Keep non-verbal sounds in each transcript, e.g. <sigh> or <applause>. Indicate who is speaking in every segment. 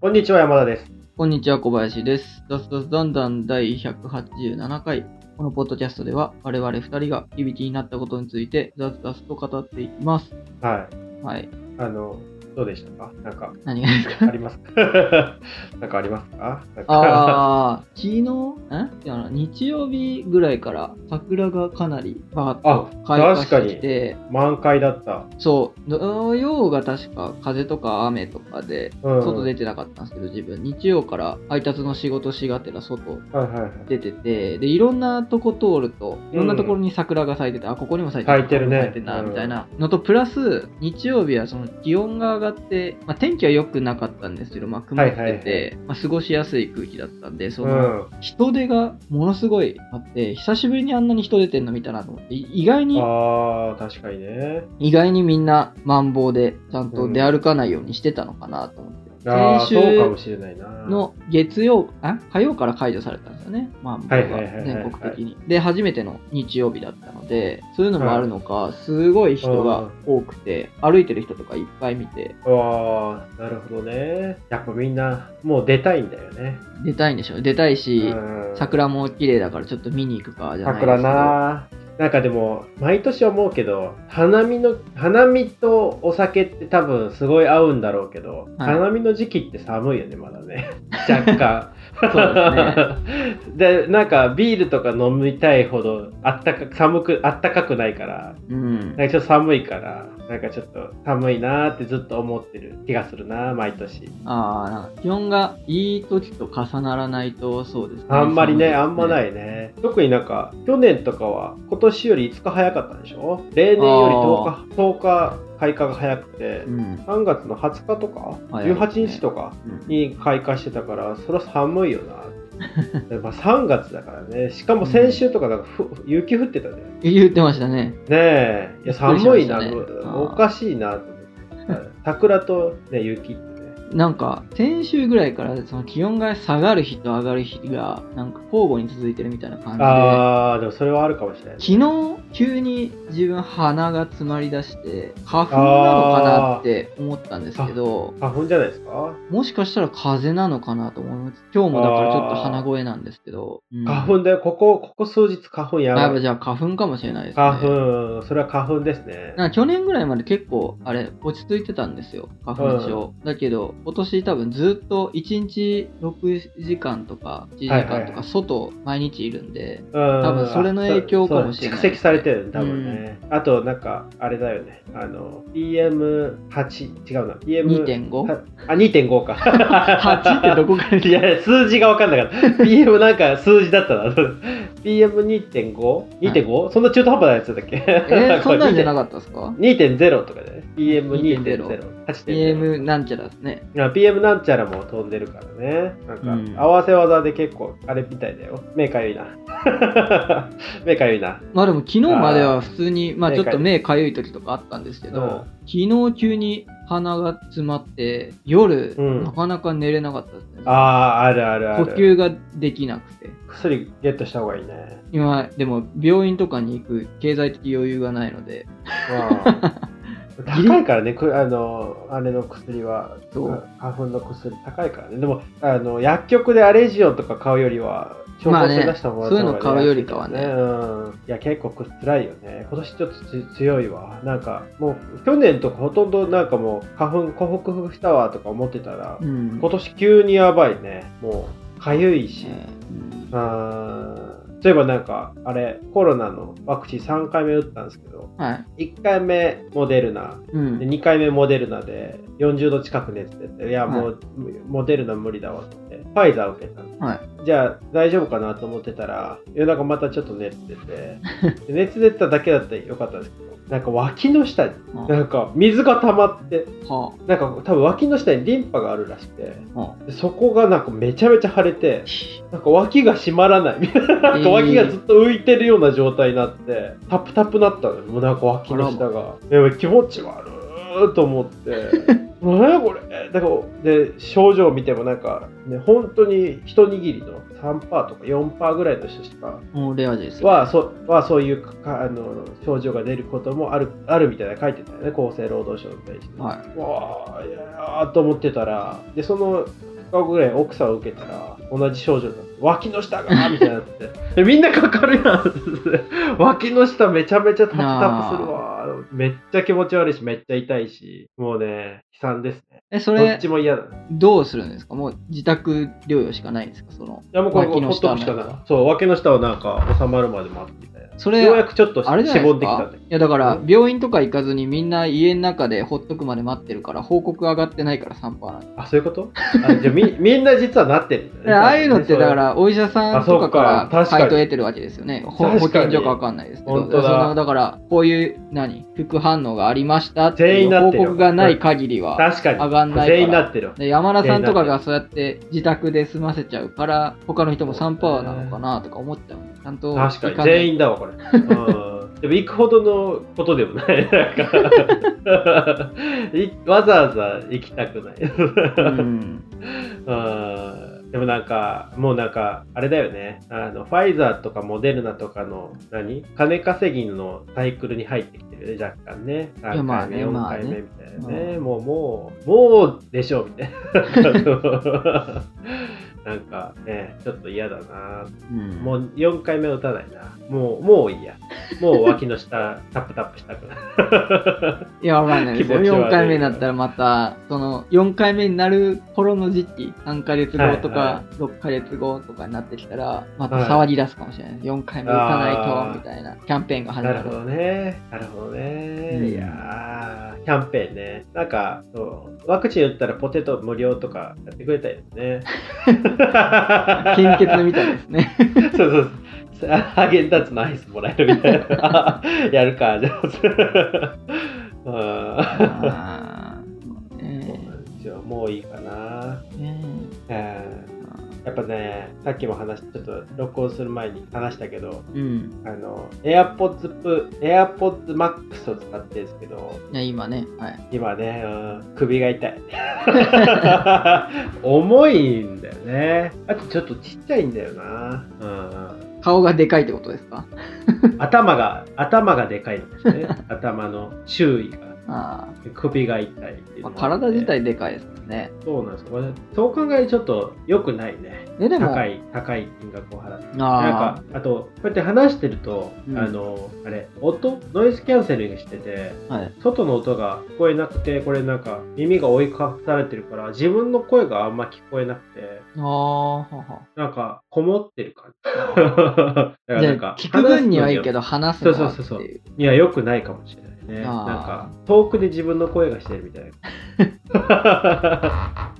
Speaker 1: こんにちは、山田です。
Speaker 2: こんにちは、小林です。ドスドスドンドン第187回。このポッドキャストでは、我々二人が響きになったことについて、雑々と語っていきます。
Speaker 1: はい。
Speaker 2: はい。
Speaker 1: あの、どうでしたかなんか、
Speaker 2: 何がです
Speaker 1: <laughs> あ
Speaker 2: か
Speaker 1: りますかなんかありますかなんか
Speaker 2: ああ、昨日、んいや日曜日ぐらいから桜がかなりバーッ
Speaker 1: あ
Speaker 2: と開花してきて、
Speaker 1: 満開だった。
Speaker 2: そう、土曜が確か風とか雨とかで、
Speaker 1: うん
Speaker 2: 外出てなかったんですけど、自分、日曜から配達の仕事しがてら外
Speaker 1: はいはいはい。
Speaker 2: 出ててでいろんなとこ通るといろんなところに桜が咲いてて、あここにも咲いてる
Speaker 1: 咲いてるね
Speaker 2: ここにも咲いてんなみたいなのとプラス日曜日はその気温が上がって、まあ、天気は良くなかったんですけど、まあ、曇ってて、
Speaker 1: はいはい
Speaker 2: まあ、過ごしやすい空気だったんでそうの
Speaker 1: ん。
Speaker 2: 人出がものすごいあって久しぶりにあんなに人出てんの見たなと思ってい意外に
Speaker 1: ああ、確かにね。
Speaker 2: 意外にみんなマンボウでちゃんと出歩かないようにしてたのかなと思って、
Speaker 1: ああ、
Speaker 2: 先週
Speaker 1: そうかもしれないな。
Speaker 2: の月曜あ火曜から解除されたんですよね、まあ、僕は
Speaker 1: はいはいはいはい
Speaker 2: 全国的に。で、初めての日曜日だったので、そういうのもあるのか、すごい人が多くて、歩いてる人とかいっぱい見て、
Speaker 1: ああ、なるほどね。やっぱみんな、もう出たいんだよね。
Speaker 2: 出たいんでしょう、出たいし、
Speaker 1: うん
Speaker 2: 桜も綺麗だから、ちょっと見に行くかじゃないです
Speaker 1: 桜ななんかでも毎年思うけど花見の花見とお酒って多分すごい合うんだろうけど、
Speaker 2: はい
Speaker 1: 花見の時期って寒いよねまだね <laughs> 若干
Speaker 2: そう
Speaker 1: <laughs> でなんかビールとか飲みたいほどあったか寒くあったかくないから
Speaker 2: うん
Speaker 1: なんかちょっと寒いからなんかちょっと寒いなーってずっと思ってる気がするな毎年
Speaker 2: あーなんか気温がいい時と重ならないとそうですね
Speaker 1: あんまりね、あんまないいね。特になんか、去年とかは今年より5日早かったでしょ例年より10日、10日開花が早くて
Speaker 2: う、ん
Speaker 1: 3月の20日とか、
Speaker 2: 早いですね
Speaker 1: 18日とか
Speaker 2: うん
Speaker 1: に開花してたから、それは寒いよ
Speaker 2: <laughs>
Speaker 1: な。まあ3月だからね、しかも先週とかなんかふ雪降ってたね。
Speaker 2: 言ってましたね
Speaker 1: ねえ、いや
Speaker 2: びっくりしま
Speaker 1: 寒い
Speaker 2: した
Speaker 1: な、
Speaker 2: ね
Speaker 1: おかしいなと思って。桜と、ね、雪ってね。
Speaker 2: なんか先週ぐらいからその気温が下がる日と上がる日がなんか交互に続いてるみたいな感じで
Speaker 1: あー、でもそれはあるかもしれない。
Speaker 2: 昨日急に自分鼻が詰まりだして花粉なのかなって思ったんですけど
Speaker 1: 花粉じゃないですか
Speaker 2: もしかしたら風邪なのかなと思います今日もだからちょっと鼻声なんですけど、うん
Speaker 1: 花粉だよ、ここ、ここ数日花粉やば
Speaker 2: や
Speaker 1: い
Speaker 2: っぱじゃあ花粉かもしれないですね
Speaker 1: 花粉、それは花粉ですね。
Speaker 2: なんか去年ぐらいまで結構あれ落ち着いてたんですよ花粉症、だけど今年多分ずっと1日6時間とか1時
Speaker 1: はい
Speaker 2: 間
Speaker 1: はい
Speaker 2: と
Speaker 1: はい
Speaker 2: か外毎日いるんで、
Speaker 1: 多
Speaker 2: 多分それの影響かもしれない
Speaker 1: 蓄積されてるね、多分ね。あと、なんか、あれだよね。あの、PM8、違うな。PM。 <laughs>
Speaker 2: 2.5?8
Speaker 1: あ、2.5か。
Speaker 2: ってどこから
Speaker 1: <laughs> いや、数字が分かんなかった。PM なんか数字だったな。PM2.5?2.5?、そんな中途半端なやつだっけ
Speaker 2: え
Speaker 1: <laughs>
Speaker 2: ー、そんなんじゃな
Speaker 1: か
Speaker 2: かったです
Speaker 1: <laughs>
Speaker 2: か
Speaker 1: ?2.0 とかだね。PM2.0。8.0
Speaker 2: ?PM なんちゃらですね。
Speaker 1: いや PM なんちゃらも飛んでるからね。なんか、
Speaker 2: うん
Speaker 1: 合わせ技で結構あれみたいだよ。目かゆいな。 <laughs> 目かゆいな。
Speaker 2: まあでも昨日までは普通に、まあ
Speaker 1: 目
Speaker 2: ち
Speaker 1: かゆ
Speaker 2: ょ
Speaker 1: い
Speaker 2: っと目かゆい時とかあったんですけど、
Speaker 1: うん
Speaker 2: 昨日急に鼻が詰まって、夜、
Speaker 1: うん
Speaker 2: なかなか寝れなかったですね。
Speaker 1: ああ、あるあるあ
Speaker 2: 呼
Speaker 1: る。
Speaker 2: 吸ができなくて。
Speaker 1: 薬ゲットした方がいいね。
Speaker 2: 今、でも病院とかに行く経済的余裕がないので、
Speaker 1: うん高いからね、くあの、あれの薬は、
Speaker 2: そう
Speaker 1: 花粉の薬高いからね。でも、あの薬局でアレジオンとか買うよりは、処
Speaker 2: ま
Speaker 1: 方
Speaker 2: あね
Speaker 1: 箋出した方が、
Speaker 2: そういうの買うよりかはね
Speaker 1: うん。いや、結構つらいよね。今年ちょっとつ強いわ。なんか、もう、去年とかほとんどなんかもう、花粉、克服したわとか思ってたら、
Speaker 2: うん。
Speaker 1: 今年急にやばいね。もう、かゆいし。
Speaker 2: ねうん
Speaker 1: あー例えばなんか、あれ、コロナのワクチン3回目打ったんですけど、
Speaker 2: はい。
Speaker 1: 1回目モデルナ、
Speaker 2: う
Speaker 1: で
Speaker 2: ん。
Speaker 1: 2回目モデルナで40度近く熱出て、いや、もう、モデルナ無理だわと思って、ファイザー受けたんです
Speaker 2: はい。
Speaker 1: じゃあ大丈夫かなと思ってたら夜中またちょっと熱出てで熱出ただけだったらよかったんですけどなんか脇の下に
Speaker 2: あ
Speaker 1: なんか水が溜まって
Speaker 2: は
Speaker 1: なんか多分脇の下にリンパがあるらしくて
Speaker 2: あ。はあ
Speaker 1: でそこがなんかめちゃめちゃ腫れてなんか脇が締まらないみたいななんか脇がずっと浮いてるような状態になってタプタプなったのよもうなんか脇の下がで気持ち悪ーと思って何やこれだからで症状を見てもなんかね本当に一握りの3%とか4%ぐらいの人しか
Speaker 2: もうレアですよ。
Speaker 1: はそはそういうかあの症状が出ることもあるあるみたいなの書いてたよね厚生労働省のページに。
Speaker 2: は
Speaker 1: わあいやーと思ってたらでその日ぐらい奥さんを受けたら同じ症状になって脇の下がみたいになって <laughs> でみんなかかるやんって <laughs> 言って脇の下めちゃめちゃタプタプするわめっちゃ気持ち悪いしめっちゃ痛いしもうね悲惨ですね
Speaker 2: え、そ
Speaker 1: どっ
Speaker 2: れ
Speaker 1: ち、も嫌だね
Speaker 2: どうするんですかもう自宅療養しかないんですかその。
Speaker 1: いやもうこれほ
Speaker 2: 脇
Speaker 1: っ
Speaker 2: の
Speaker 1: と
Speaker 2: 下
Speaker 1: くしか
Speaker 2: のやつ
Speaker 1: ないそう脇の下はなんか収まるまで待ってみたいな
Speaker 2: それ
Speaker 1: ようやくちょっとし
Speaker 2: あれじゃない
Speaker 1: しぼんで
Speaker 2: です
Speaker 1: きた
Speaker 2: か
Speaker 1: ね
Speaker 2: いやだから病院とか行かずにみんな家の中でほっとくまで待ってるから報告上がってないから3%なんで
Speaker 1: あそういうこと <laughs> あじゃあみみんな実はなってるんだね、
Speaker 2: ああいうのってだか
Speaker 1: そう
Speaker 2: らお医者さんとかか
Speaker 1: あ
Speaker 2: ら
Speaker 1: そうか確かに
Speaker 2: 回答得てるわけですよねほ
Speaker 1: 確かに
Speaker 2: 保健所かわかんないですけど
Speaker 1: 本当だ
Speaker 2: そのだからこういう何副反応がありましたって
Speaker 1: 全
Speaker 2: い
Speaker 1: 員
Speaker 2: う
Speaker 1: なっ
Speaker 2: 報
Speaker 1: てる
Speaker 2: 告がない限りは
Speaker 1: 確かに
Speaker 2: 上がんないから
Speaker 1: 全員なってるよ
Speaker 2: で山田さんとかがそうやって自宅で済ませちゃうから他の人も3%なのかなとか思っちゃうちゃんと
Speaker 1: 確か
Speaker 2: 行
Speaker 1: に
Speaker 2: かない
Speaker 1: 全員だわこれうんでも行くほどのことでもないなんかいわざわざ行きたくない
Speaker 2: うん
Speaker 1: うんでもなんかもうなんかあれだよねあのファイザーとかモデルナとかの何金稼ぎのサイクルに入ってきてるね若干ね3
Speaker 2: いや
Speaker 1: 回
Speaker 2: まあね
Speaker 1: 目4
Speaker 2: まあ
Speaker 1: 回
Speaker 2: ね
Speaker 1: 目みたいなね、もうもうもうでしょみたいな <laughs> なんかねちょっと嫌だな
Speaker 2: うん
Speaker 1: もう4回目打たないな。もう、もういいや。もう脇の
Speaker 2: <laughs>
Speaker 1: 下、タップタップしたくない。
Speaker 2: いや、わかんないですよ。
Speaker 1: 気持ち悪い
Speaker 2: 4回目になったらまた、その、4回目になる頃の時期、3ヶ月後と
Speaker 1: はいは
Speaker 2: か、6ヶ月後とかになってきたら、ま
Speaker 1: はい
Speaker 2: た騒ぎ出すかもしれない。4回目打たな
Speaker 1: あー
Speaker 2: いと、みたいな、キャンペーンが始ま
Speaker 1: なる
Speaker 2: る
Speaker 1: ほ。どね。なるほどね。
Speaker 2: うん
Speaker 1: いやー、キャンペーンね。なんかそう、ワクチン打ったらポテト無料とかやってくれたよ
Speaker 2: <laughs>
Speaker 1: ね。
Speaker 2: 献血みたいですね。
Speaker 1: <laughs> そうそうそう。ハーゲンダッツのアイスもらえるみたいな。あ <laughs> やるか、じゃあ。 <laughs> うん
Speaker 2: あー
Speaker 1: そう
Speaker 2: ね
Speaker 1: なんですよもういいかな。
Speaker 2: えね
Speaker 1: うん
Speaker 2: え
Speaker 1: やっぱね、さっきも話し、ちょっと録音する前に話したけど、
Speaker 2: うん。
Speaker 1: あの、AirPods Pro、AirPods Max を使ってるんですけど、
Speaker 2: いや、今ね、はい。
Speaker 1: 今ね、うん首が痛
Speaker 2: <laughs>
Speaker 1: い。重いんだよね。あとちょっとちっちゃいんだよな。うん
Speaker 2: 顔がでかいってことですか
Speaker 1: 頭が、頭がでかいんですね。 <laughs> 頭の周囲が。
Speaker 2: あー
Speaker 1: 首が痛いっていう
Speaker 2: ま
Speaker 1: の
Speaker 2: あ
Speaker 1: があって
Speaker 2: 体自体でかいですもんね。
Speaker 1: そうなんですよこれそう考えるとちょっと良くないね
Speaker 2: え、でも、
Speaker 1: 高い高い金額を払ってなん
Speaker 2: あ
Speaker 1: かあとこうやって話してると、
Speaker 2: うん
Speaker 1: あのあれ音ノイズキャンセリングしてて
Speaker 2: あ、はい。
Speaker 1: 外の音が聞こえなくてこれなんか耳が追いかされてるから自分の声があんま聞こえなくて
Speaker 2: あーはは。
Speaker 1: なんかこもってる感じ
Speaker 2: <laughs>
Speaker 1: だから
Speaker 2: じゃ
Speaker 1: なん
Speaker 2: あ
Speaker 1: か
Speaker 2: 聞く分にはいいけ
Speaker 1: ど
Speaker 2: ど、話すのは
Speaker 1: そうそうそう
Speaker 2: っ
Speaker 1: そ
Speaker 2: ていう。
Speaker 1: いや良くないかもしれないね
Speaker 2: あ
Speaker 1: なん
Speaker 2: ー
Speaker 1: か遠くで自分の声がしてるみたい
Speaker 2: <laughs>
Speaker 1: な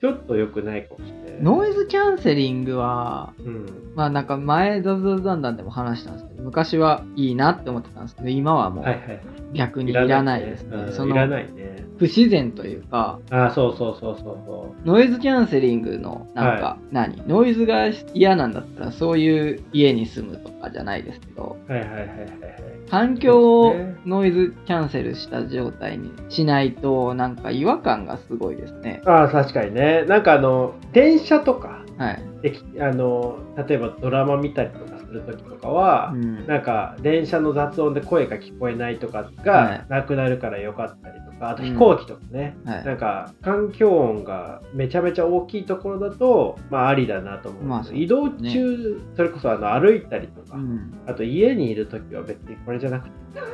Speaker 1: ちょっと良くないかもしれない
Speaker 2: ノイズキャンセリングは、
Speaker 1: うん
Speaker 2: まあなんか前、ザズザズダンダンでも話したんですけど、昔はいいなって思ってたんですけど、今はも
Speaker 1: はいうはい
Speaker 2: 逆にいらないですね。
Speaker 1: うん
Speaker 2: そ
Speaker 1: いら
Speaker 2: の
Speaker 1: ないね
Speaker 2: 不自然というか、
Speaker 1: あーそうそうそうそうそう
Speaker 2: ノイズキャンセリングのなんか何、ノイズが嫌なんだったらそういう家に住むとかじゃないですけど、
Speaker 1: はいはいはいはいはい。
Speaker 2: 環境を
Speaker 1: そうですね
Speaker 2: ノイズキャンセルした状態にしないとなんか違和感がすごいですね。
Speaker 1: ああ、確かにね。なんかあの、電車とか
Speaker 2: はい。
Speaker 1: でき、あの、例えばドラマ見たりとかするときとかは、
Speaker 2: うん
Speaker 1: なんか電車の雑音で声が聞こえないとか
Speaker 2: は
Speaker 1: が
Speaker 2: い
Speaker 1: なくなるからよかったりとか、あと
Speaker 2: うん
Speaker 1: 飛行機とかね、
Speaker 2: はい
Speaker 1: なんか環境音がめちゃめちゃ大きいところだと、まあありだなと思う,、
Speaker 2: まあそう
Speaker 1: 移動中、それこそあの歩いたりとか、
Speaker 2: うん
Speaker 1: あと家にいるときは別にこれじゃなくて。 <laughs>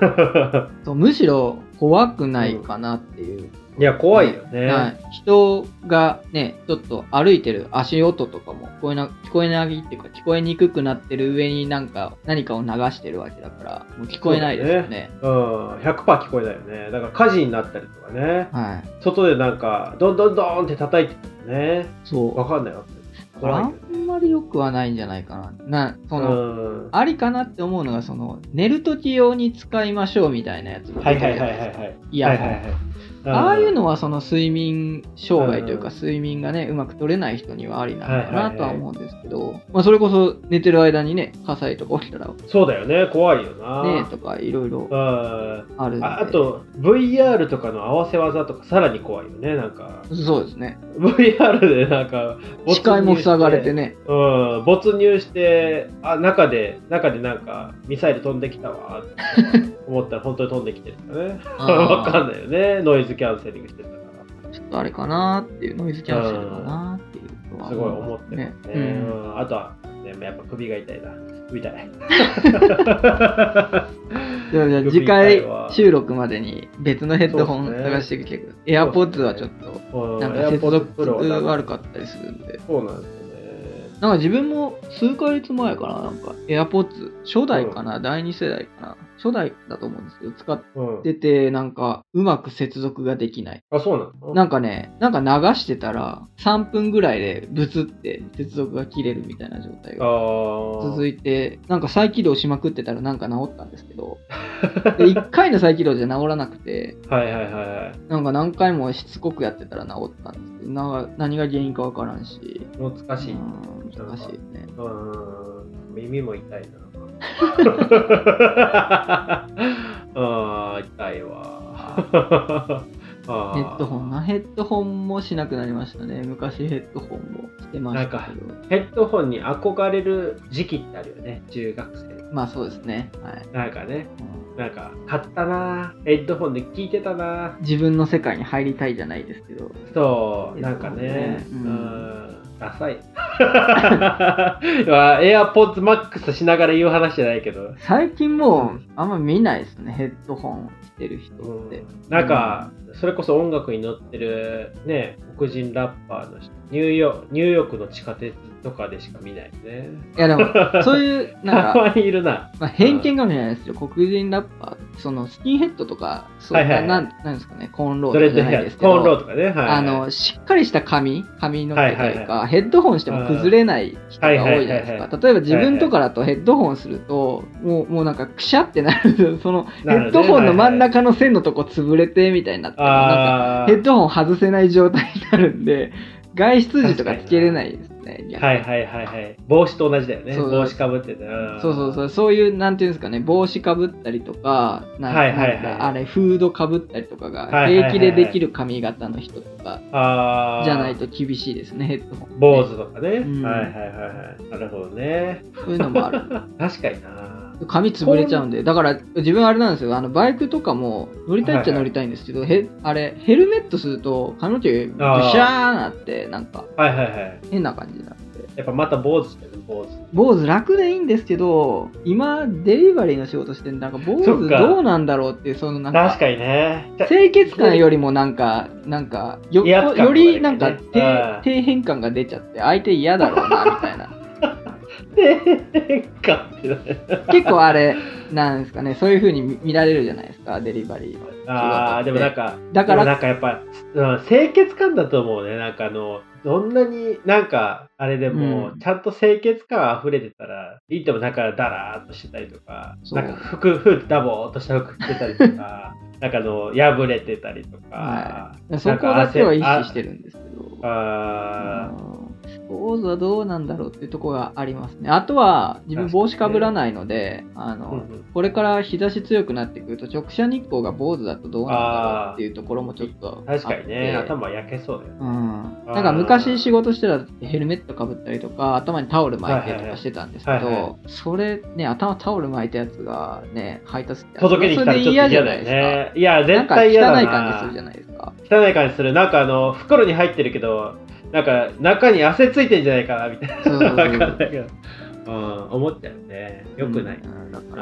Speaker 2: そうむしろ怖くないかなっていう
Speaker 1: いや、怖いよね。
Speaker 2: はい、人がねちょっと歩いてる足音とかも聞こえな聞こえないっていうか聞こえにくくなってる上になんか何かを流してるわけだからもう聞こえないですよね
Speaker 1: うん、100%聞こえないよね。だから火事になったりとかね、
Speaker 2: はい
Speaker 1: 外でなんか、どんどんどんって叩いてくるね。
Speaker 2: そう
Speaker 1: わかんないわけ。
Speaker 2: これ
Speaker 1: 怖い
Speaker 2: あ
Speaker 1: よね
Speaker 2: んまり良くはないんじゃないかなな
Speaker 1: う
Speaker 2: その、
Speaker 1: ん。
Speaker 2: ありかなって思うのがその寝る時用に使いましょうみたいなやつが
Speaker 1: はい
Speaker 2: 出
Speaker 1: はい
Speaker 2: てるじゃ
Speaker 1: はい
Speaker 2: な
Speaker 1: はいいはい。はい
Speaker 2: ですかイヤホン
Speaker 1: はいはい
Speaker 2: ああいう
Speaker 1: の、
Speaker 2: のはその睡眠障害という
Speaker 1: う
Speaker 2: か
Speaker 1: ん
Speaker 2: 睡眠がねうまく取れない人にはありなのか
Speaker 1: はいはい
Speaker 2: な
Speaker 1: はい
Speaker 2: とは思うんですけど、まあ、それこそ寝てる間にね火災とか起きたらね
Speaker 1: そうだよね、怖いよな。
Speaker 2: えとかいろいろ
Speaker 1: うん
Speaker 2: あるんで
Speaker 1: ああと VR とかの合わせ技とかさらに怖いよねなんか
Speaker 2: そうですね
Speaker 1: VR でなんか没入して
Speaker 2: 視界も塞がれてね
Speaker 1: うん没入してあ中で中でなんかミサイル飛んできたわ
Speaker 2: <laughs>
Speaker 1: って思ったら本当に飛んできてるとかね <laughs> わかんないよねノイズキャンセリングしてたから
Speaker 2: ちょっとあれかなっていうノイズキャンセルかなっとは
Speaker 1: すごい思って
Speaker 2: ね
Speaker 1: ますね。
Speaker 2: うん
Speaker 1: うんあとは、でもやっぱ首が痛いな。首
Speaker 2: <laughs>
Speaker 1: 痛い。
Speaker 2: じゃあじゃあ
Speaker 1: よく
Speaker 2: 次
Speaker 1: 理解
Speaker 2: 回
Speaker 1: は
Speaker 2: 収録までに別のヘッドホン
Speaker 1: そうっすね
Speaker 2: 探してきてくれ。エアポッツはちょっと
Speaker 1: う
Speaker 2: なん
Speaker 1: エ
Speaker 2: か
Speaker 1: ア
Speaker 2: 接
Speaker 1: ポッドプロ
Speaker 2: 続
Speaker 1: は
Speaker 2: 悪かったりするんで。
Speaker 1: そうなんですよね。
Speaker 2: なんか自分も数ヶ月前かな、なんか AirPods、初代かな、第2世代かな、初代だと思うんですけど、使っ
Speaker 1: うん。
Speaker 2: てて、なんかうまく接続ができない。
Speaker 1: あ、そうなの
Speaker 2: なんかね、なんか流してたら、3分ぐらいでブツって接続が切れるみたいな状態が
Speaker 1: あ
Speaker 2: 続
Speaker 1: い
Speaker 2: いて、なんか再起動しまくってたらなんか治ったんですけど、で1回の再起動じゃ治らなくて、
Speaker 1: はいはいはいはい。
Speaker 2: なんか何回もしつこくやってたら治ったんですけど、なんか何が原因かわからんし、
Speaker 1: 難しい。
Speaker 2: うん難しいよね。
Speaker 1: うん。耳も
Speaker 2: <laughs>
Speaker 1: 痛いな。 <laughs> あー痛いわ。 <laughs> あー
Speaker 2: ヘッドホンなヘッドホンもしなくなりましたね昔ヘッドホンもしてましたけど
Speaker 1: ヘッドホンに憧れる時期ってあるよね、中学生。
Speaker 2: まあそうですねはい
Speaker 1: なんかね、
Speaker 2: うん
Speaker 1: なんか、買ったなぁヘッドホンで聞いてたな
Speaker 2: 自分の世界に入りたいじゃないですけど
Speaker 1: ぁそう、
Speaker 2: ヘ
Speaker 1: な
Speaker 2: ッ
Speaker 1: ん
Speaker 2: ド
Speaker 1: か
Speaker 2: ホン
Speaker 1: ね
Speaker 2: ね、
Speaker 1: う
Speaker 2: うんん、
Speaker 1: ダサい。 <laughs> エアポッ d マックスしながら言う話じゃないけど、
Speaker 2: 最近もうあんま見ないですねヘッドホンしてる人
Speaker 1: うん
Speaker 2: って、
Speaker 1: なんか、それこそ音楽に乗ってるね、黒人ラッパーの人、ニューヨーニューヨークの地下鉄とかでしか見ないね。
Speaker 2: いや
Speaker 1: <laughs>
Speaker 2: でもそういうな
Speaker 1: た
Speaker 2: んか、
Speaker 1: まにいるな。
Speaker 2: まあ、偏見かもしれないですけど黒人ラッパーそのスキンヘッドとかそう、
Speaker 1: はいはいはい
Speaker 2: なんなんですかねコーンロー
Speaker 1: ド
Speaker 2: ド
Speaker 1: レ
Speaker 2: じゃ
Speaker 1: ッド
Speaker 2: な
Speaker 1: ヘ
Speaker 2: いで
Speaker 1: ア、
Speaker 2: すけど
Speaker 1: コーンローとかね。はいはい、
Speaker 2: あのしっかりした髪髪の毛というか、
Speaker 1: はいはいは
Speaker 2: ヘッドホンしても崩れない人が多いじゃない
Speaker 1: はいはい
Speaker 2: です
Speaker 1: は
Speaker 2: か、
Speaker 1: いは
Speaker 2: 例えば自分とかだとヘッドホンすると、もうもうなんかくしゃってなるんですよそのヘ
Speaker 1: なるね
Speaker 2: ッドホンの真ん中の線のとこ潰れてみたいになって、なんか
Speaker 1: あ
Speaker 2: ヘッドホン外せない状態になるん
Speaker 1: <laughs>
Speaker 2: で外出時とかつけれないですね逆に
Speaker 1: はいはいはいはい。帽子と同じだよね。
Speaker 2: そう
Speaker 1: 帽子かぶってて。うん
Speaker 2: そうそうそうそういうなんていうんですかね帽子かぶったりとかなん
Speaker 1: はいはいはい
Speaker 2: なんかあれフードかぶったりとか
Speaker 1: は
Speaker 2: が
Speaker 1: いはいはいはい
Speaker 2: 平気でできる髪型の人とか
Speaker 1: あー
Speaker 2: じゃない。と厳しいですねヘッドホン
Speaker 1: 坊主とかね。
Speaker 2: ん
Speaker 1: はいはいはいはい。なるほどね。
Speaker 2: そういうのもある
Speaker 1: 確かにな。
Speaker 2: 髪潰れちゃうんで、だから自分あれなんですよ、あのバイクとかも乗りたいっちゃ乗りたいんですけど、へあれ、ヘルメットすると髪の毛ぐしゃーなって、なんか
Speaker 1: はいはいはい。
Speaker 2: 変な感じになって。
Speaker 1: やっぱまた坊主だよね、坊主。
Speaker 2: 坊主楽でいいんですけど、今、デリバリーの仕事してるんでなんか坊
Speaker 1: そっ
Speaker 2: 主
Speaker 1: か
Speaker 2: どうなんだろうっていう、そのなん
Speaker 1: 確
Speaker 2: か、
Speaker 1: かに
Speaker 2: <laughs>
Speaker 1: ね。 <laughs> じゃ
Speaker 2: 清潔感よりもなんか、なんか、よ
Speaker 1: 威圧感とか
Speaker 2: よりなんか
Speaker 1: ね
Speaker 2: 低
Speaker 1: うん
Speaker 2: 底辺感が出ちゃって、相手嫌だろうな、みた
Speaker 1: <laughs>
Speaker 2: いな。
Speaker 1: 変化ってね。
Speaker 2: 結構あれ、なんですかね、そういう風に見見られるじゃないですか、デリバリーの仕事って。
Speaker 1: ああ、でもなんか、
Speaker 2: だから
Speaker 1: でもなんかやっぱ、うん、清潔感だと思うね。なんかあの、どんなになんか、あれでも、
Speaker 2: うん
Speaker 1: ちゃんと清潔感溢れてたら、いいともなんかダラーっとしてたりとか、
Speaker 2: そう
Speaker 1: なんか服、服、ダボーっとした服着てたりとか、なんかあの、破れてたりとか、
Speaker 2: は
Speaker 1: なん
Speaker 2: そこ
Speaker 1: か
Speaker 2: だけは意識して
Speaker 1: る。
Speaker 2: るんですけど、
Speaker 1: あ
Speaker 2: あの坊主はどうなんだろうっていうところがありますね。あとは、自分帽子かぶらないので、あ
Speaker 1: ー
Speaker 2: の、
Speaker 1: うんうん
Speaker 2: これから日差し強くなってくると、直射日光が坊主だとどうなんだろうっていうところもちょっとあって。
Speaker 1: 確かにね、頭焼けそうだよね。
Speaker 2: うん、なんか昔仕事してた時ヘルメットかぶったりとか頭にタオル巻いてとかしてたんですけ
Speaker 1: はいはいはいは
Speaker 2: どそれね頭タオル巻いたやつがね配達って
Speaker 1: 届けに来たらちょっと嫌だよ
Speaker 2: それで
Speaker 1: ね。いや、
Speaker 2: 嫌じゃないです
Speaker 1: 絶
Speaker 2: か
Speaker 1: 対嫌だな。
Speaker 2: なんか汚い感じするじゃないです
Speaker 1: <laughs>
Speaker 2: か
Speaker 1: 汚い感じするなんかあの袋に入ってるけどなんか中に汗ついてんじゃないかなみたいな
Speaker 2: そうそうそう
Speaker 1: 分かんないけど、うん、思っちゃうねよくない、
Speaker 2: うんだか
Speaker 1: あ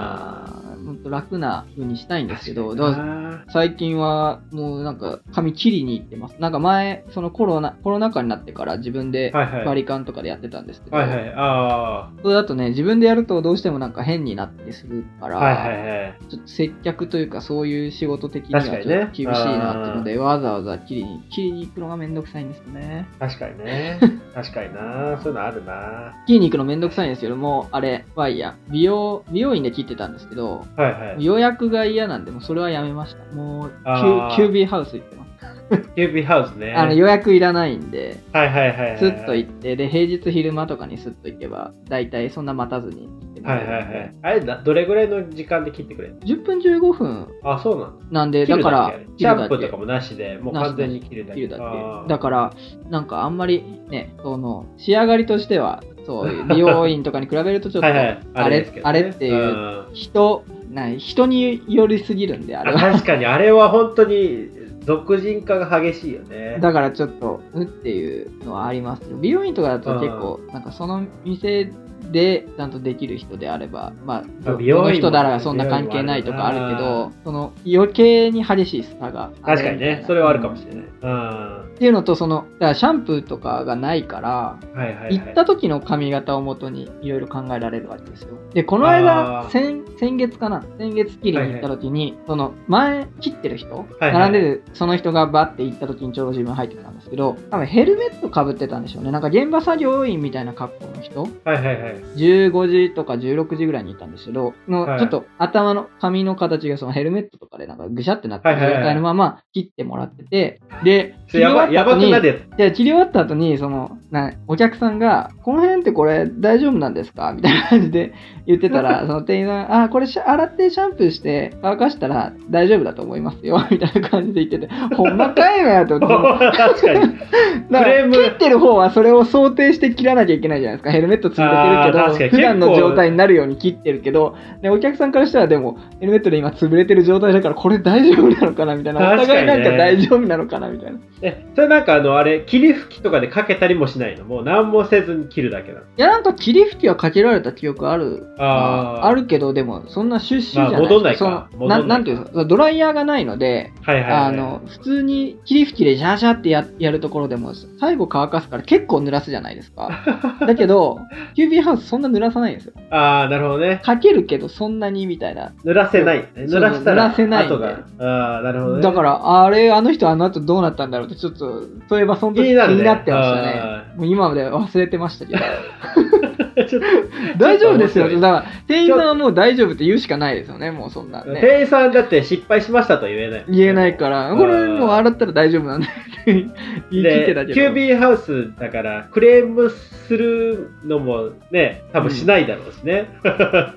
Speaker 2: ら、ほんと楽な風にしたいんですけど、
Speaker 1: 確かに
Speaker 2: だから
Speaker 1: な
Speaker 2: 最近はもうなんか髪切りに行ってます。なんか前、そのコロナ、コロナ禍になってから自分で
Speaker 1: はいはい
Speaker 2: バリカンとかでやってたんですけど、
Speaker 1: はいはいあ
Speaker 2: それだとね、自分でやるとどうしてもなんか変になったりするか
Speaker 1: あ
Speaker 2: ら、
Speaker 1: はいはいはい
Speaker 2: ちょっと接客というかそういう仕事的にはちょっ
Speaker 1: 確
Speaker 2: と
Speaker 1: かにね
Speaker 2: 厳しいなっていうので、わざわざ切りに、切りに行くのがめんどくさいんですよね。
Speaker 1: 確かにね <laughs> 確かになそういうのあるな
Speaker 2: 切りに行くのめんどくさいんですけども、あれ、ワイヤー、美容、美容院で切ってたんですけど、
Speaker 1: はいはい
Speaker 2: 予約が嫌なんで、もうそれはやめました。もう、キュ
Speaker 1: あー
Speaker 2: キュービーハウス行ってます。
Speaker 1: キュービーハウスね
Speaker 2: あの予約いらないんで、
Speaker 1: はいはいはいはい
Speaker 2: スッと行って、で、平日昼間とかにスッと行けば、大体そんな待たずに行っても
Speaker 1: は
Speaker 2: ら
Speaker 1: い
Speaker 2: え
Speaker 1: はい
Speaker 2: るん
Speaker 1: は
Speaker 2: で
Speaker 1: いあれだどれぐらいの時間で切ってくれる
Speaker 2: 10分15分
Speaker 1: あそうなの
Speaker 2: なんで、
Speaker 1: 切
Speaker 2: だ
Speaker 1: るだ
Speaker 2: から
Speaker 1: け、
Speaker 2: 切
Speaker 1: シ
Speaker 2: る
Speaker 1: ャン
Speaker 2: だ
Speaker 1: プーとか
Speaker 2: け。
Speaker 1: もなしでもう
Speaker 2: なし
Speaker 1: 完全に切るだけ
Speaker 2: 切るだけ
Speaker 1: あー
Speaker 2: だからなんかあんまりねその仕上がりとしてはそういう美容院とかに比べるとちょっ
Speaker 1: <laughs>
Speaker 2: と
Speaker 1: はいはい、
Speaker 2: あれ
Speaker 1: ですけどね
Speaker 2: あれっていううん人ない人によりすぎるんであれ
Speaker 1: あ
Speaker 2: は
Speaker 1: 確かにあれは本当に俗人化が激しいよね。
Speaker 2: だからちょっと、うっていうのはありますけど、美容院とかだと結構、なんかその店でちゃんとできる人であれば、まあ、
Speaker 1: あ
Speaker 2: こ
Speaker 1: 美容院も
Speaker 2: の人ならそんな関係ないとかあるけ
Speaker 1: 美容院もあ
Speaker 2: ど、その余計に激しい差が。
Speaker 1: 確かにね、それはあるかもしれない。
Speaker 2: い。
Speaker 1: うん。は
Speaker 2: っていうのと、その、だからシャンプーとかがないから、
Speaker 1: いはい、はい。
Speaker 2: 行った時の髪型をもとにいろいろ考えられるわけですよ。で、この間
Speaker 1: あ、ー
Speaker 2: 先先月かな先月切りに行った時に、その前切ってる人、
Speaker 1: はい
Speaker 2: 並んでるその人がバッて行った時にちょうど自分入ってきたんですけど、多分ヘルメットかぶってたんでしょうね。なんか現場作業員みたいな格好の人
Speaker 1: はいはいはい。
Speaker 2: 15時とか16時ぐらいにいたんですけど、の
Speaker 1: はい
Speaker 2: ちょっと頭の髪の形がそのヘルメットとかでなんかぐしゃってなった状態のまま切ってもらってて、で、
Speaker 1: それやば
Speaker 2: 切り終わ
Speaker 1: や
Speaker 2: った
Speaker 1: ば
Speaker 2: 後に
Speaker 1: くなるや
Speaker 2: <laughs>
Speaker 1: つ。
Speaker 2: で、切り終わった後に、その、なお客さんが、この辺ってこれ大丈夫なんですかみたいな感じで言って
Speaker 1: <laughs>
Speaker 2: たら、その店員さん、あ、これシャ洗ってシャンプーして乾かしたら大丈夫だと思いますよ、 <laughs> みたいな感じで言ってて、ほんまかいなよって思って。
Speaker 1: 確かに。 <laughs>
Speaker 2: だか
Speaker 1: フレー
Speaker 2: ら
Speaker 1: ム
Speaker 2: 切ってる方はそれを想定して切らなきゃいけないじゃないですか。ヘルメットつぶれ
Speaker 1: あー確
Speaker 2: て
Speaker 1: か
Speaker 2: る
Speaker 1: に
Speaker 2: けど、普段の
Speaker 1: 結構
Speaker 2: 状態になるように切ってるけど、でお客さんからしたらでも、ヘルメットで今潰れてる状態だから、これ大丈夫なのかなみたいな。お
Speaker 1: 確か
Speaker 2: 互い
Speaker 1: にね
Speaker 2: なんか大丈夫なのかなみたいな。
Speaker 1: え、それなんかあの、あれ、霧吹きとかでかけたりもしないのもう何もせずに切るだけなの。
Speaker 2: いや、なんか霧吹きはかけられた記憶ある。
Speaker 1: あー
Speaker 2: あるけど、でも、そんな出資じゃない
Speaker 1: まあ戻んないか
Speaker 2: その
Speaker 1: 戻ん
Speaker 2: な
Speaker 1: ない
Speaker 2: んなんていうのドライヤーがないので、
Speaker 1: はいはい、はい。
Speaker 2: あの、普通に霧吹きでジャージャーってややるところでも、最後乾かすから結構濡らすじゃないですか。
Speaker 1: <laughs>
Speaker 2: だけど、キュービーハウスそんな濡らさないんですよ。
Speaker 1: ああ、なるほどね。
Speaker 2: かけるけど、そんなにみたいな。
Speaker 1: 濡らせない。
Speaker 2: そう
Speaker 1: 濡らしたら、
Speaker 2: 濡らせない
Speaker 1: 後が
Speaker 2: み。
Speaker 1: ああ、なるほどね。
Speaker 2: だから、あれ、あの人あの後どうなったんだろうって、ちょっと、そういえばその時
Speaker 1: 気
Speaker 2: 気
Speaker 1: になるね
Speaker 2: になってましたね。
Speaker 1: あ
Speaker 2: もう今まで忘れてましたけ
Speaker 1: <laughs>
Speaker 2: ど。
Speaker 1: ら、 <laughs> ちょっ
Speaker 2: 大丈夫です <laughs> よ。
Speaker 1: ちょ
Speaker 2: だ
Speaker 1: っ
Speaker 2: から、店員さんはもう大丈夫って言うしかないですよね、もうそんな、
Speaker 1: と、
Speaker 2: ね。
Speaker 1: 店員さんだって失敗しましたとは言えない。
Speaker 2: 言えないから、
Speaker 1: うん
Speaker 2: これもう洗ったら大丈夫なんだって <laughs> 言い切ってた
Speaker 1: で、キュ
Speaker 2: けど。
Speaker 1: ービーハウスだから、クレームするのもね、多分しないだろうしね。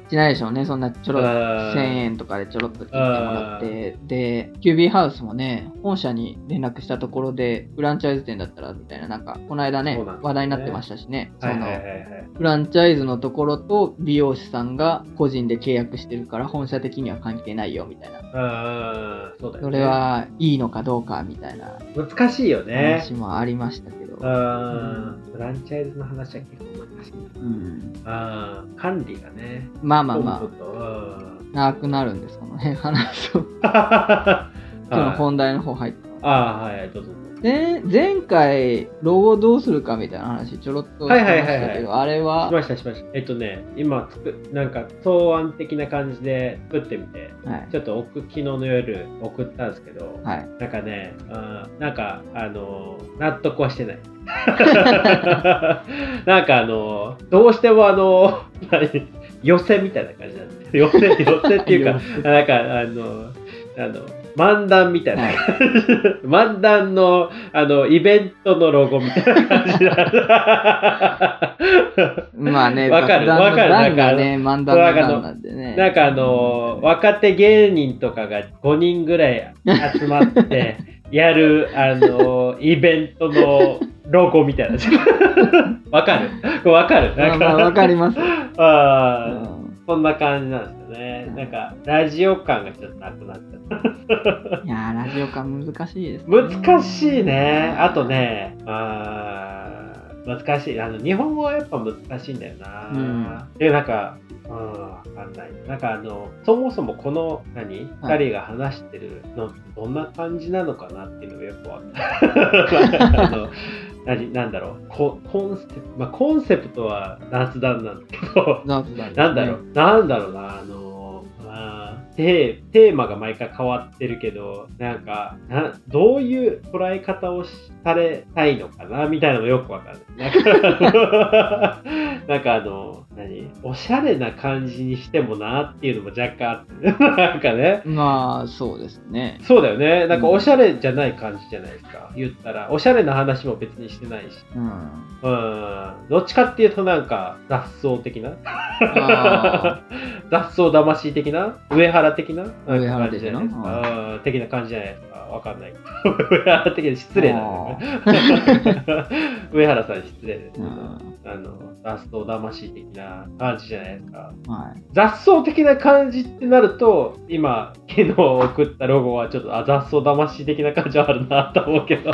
Speaker 2: しないでしょうね、そんなちょろっと。
Speaker 1: あ
Speaker 2: 1000
Speaker 1: ー
Speaker 2: 円とかでちょろっと切ってもらって、で、キュービーハウスもね、本社に連絡したところで、フランチャイズ店だったらみたいな、なんか、この間ね、
Speaker 1: そうなんですね
Speaker 2: 話題になってましたしね、
Speaker 1: はい
Speaker 2: そ
Speaker 1: はいはい
Speaker 2: の
Speaker 1: はい。
Speaker 2: フランチャイズのところと美容師さんが個人で契約してるから、本社的には関係ないよみたいな、
Speaker 1: あーそうだよ
Speaker 2: そ
Speaker 1: ね。
Speaker 2: れはいいのかどうかみたいな
Speaker 1: 難しいよね。
Speaker 2: 話もありましたけど、
Speaker 1: あーフランチャイズの話は結構難しいな。
Speaker 2: うん
Speaker 1: あー管理がね。
Speaker 2: まあまあま
Speaker 1: あ。うん
Speaker 2: あ、長くなるんです、この辺話を。今日の
Speaker 1: はい
Speaker 2: 本題の方入ってます。
Speaker 1: <laughs> あーはい、どうぞ。
Speaker 2: で前回、ロゴどうするかみたいな話、ちょろっとしましたけど、
Speaker 1: はいはいはい
Speaker 2: あれは
Speaker 1: し、ましたしました。えっとね、今つく、なんか草案的な感じで作ってみて、
Speaker 2: はい
Speaker 1: ちょっと送昨日の夜送ったんですけど、
Speaker 2: はい、
Speaker 1: なんかね、あーなんか、あのー納得はしてない。なんかあのーどうしてもあのー何寄せみたいな感じなんで、寄せ、寄せっていうか、なんかあのーあの、漫談みたいな、
Speaker 2: はい
Speaker 1: 漫談の、あの、イベントのロゴみたいな感じだ。
Speaker 2: まあね、
Speaker 1: わかる
Speaker 2: 爆弾の
Speaker 1: わかる
Speaker 2: 段がね、漫談の
Speaker 1: なんかあ
Speaker 2: 段
Speaker 1: の
Speaker 2: なんでね。
Speaker 1: なんかあのー若手芸人とかが5人ぐらい集ま
Speaker 2: <laughs>
Speaker 1: ってやる、あのーイベントのロゴみたい
Speaker 2: <laughs>
Speaker 1: な。わかるわかる
Speaker 2: ま
Speaker 1: な
Speaker 2: あ
Speaker 1: ん
Speaker 2: まあ、
Speaker 1: か、
Speaker 2: わかります。う
Speaker 1: <laughs> あー
Speaker 2: ん
Speaker 1: そんな感じなんですよね。なんか、ラジオ感がちょっとなくなっちゃった。
Speaker 2: いやー、ラジオ感難しいです、
Speaker 1: 難しいね。あと。ね、あー難しい。あの、日本語はやっぱ難しいんだよな。で、なんか、うん、わかんない。なんかあの、そもそもこの、何
Speaker 2: はい
Speaker 1: 二人が話してるの、どんな感じなのかなっていうのがよくわかん
Speaker 2: <laughs>
Speaker 1: ない。あの何なんだろうココンセプト、まあ、コンセプトは雑談なんだけど、
Speaker 2: なんだ
Speaker 1: なんだろう、なんだろうな、あのー、まあテーテーマが毎回変わってるけど、なんか、などういう捉え方をしされたいのかな、みたいなのもよくわかんない。なんか、 <laughs> あのなんかあの、何おしゃれな感じにしてもなっていうのも若干あって、 <laughs> なんかね。
Speaker 2: まあ、そうですね。
Speaker 1: そうだよね。なんかおしゃれじゃない感じじゃないですか。言ったら。おしゃれな話も別にしてないし。 <laughs>
Speaker 2: うん。あ
Speaker 1: うん。どっちかっていうとなんか雑草的な
Speaker 2: ー
Speaker 1: 雑草魂的な上原的ななん
Speaker 2: 上
Speaker 1: か
Speaker 2: 原
Speaker 1: 感じ
Speaker 2: 的
Speaker 1: じゃ
Speaker 2: な
Speaker 1: ないですか。うん的な感じじゃないですか。わかんない。上原的で失礼なんだよね <laughs> 上原さん失礼ですけ
Speaker 2: う
Speaker 1: ど。
Speaker 2: ん
Speaker 1: あの、雑草魂的な感じじゃないですか。
Speaker 2: はい
Speaker 1: 雑草的な感じってなると、今、昨日送ったロゴはちょっと、あ、雑草魂的な感じはあるなと思うけど、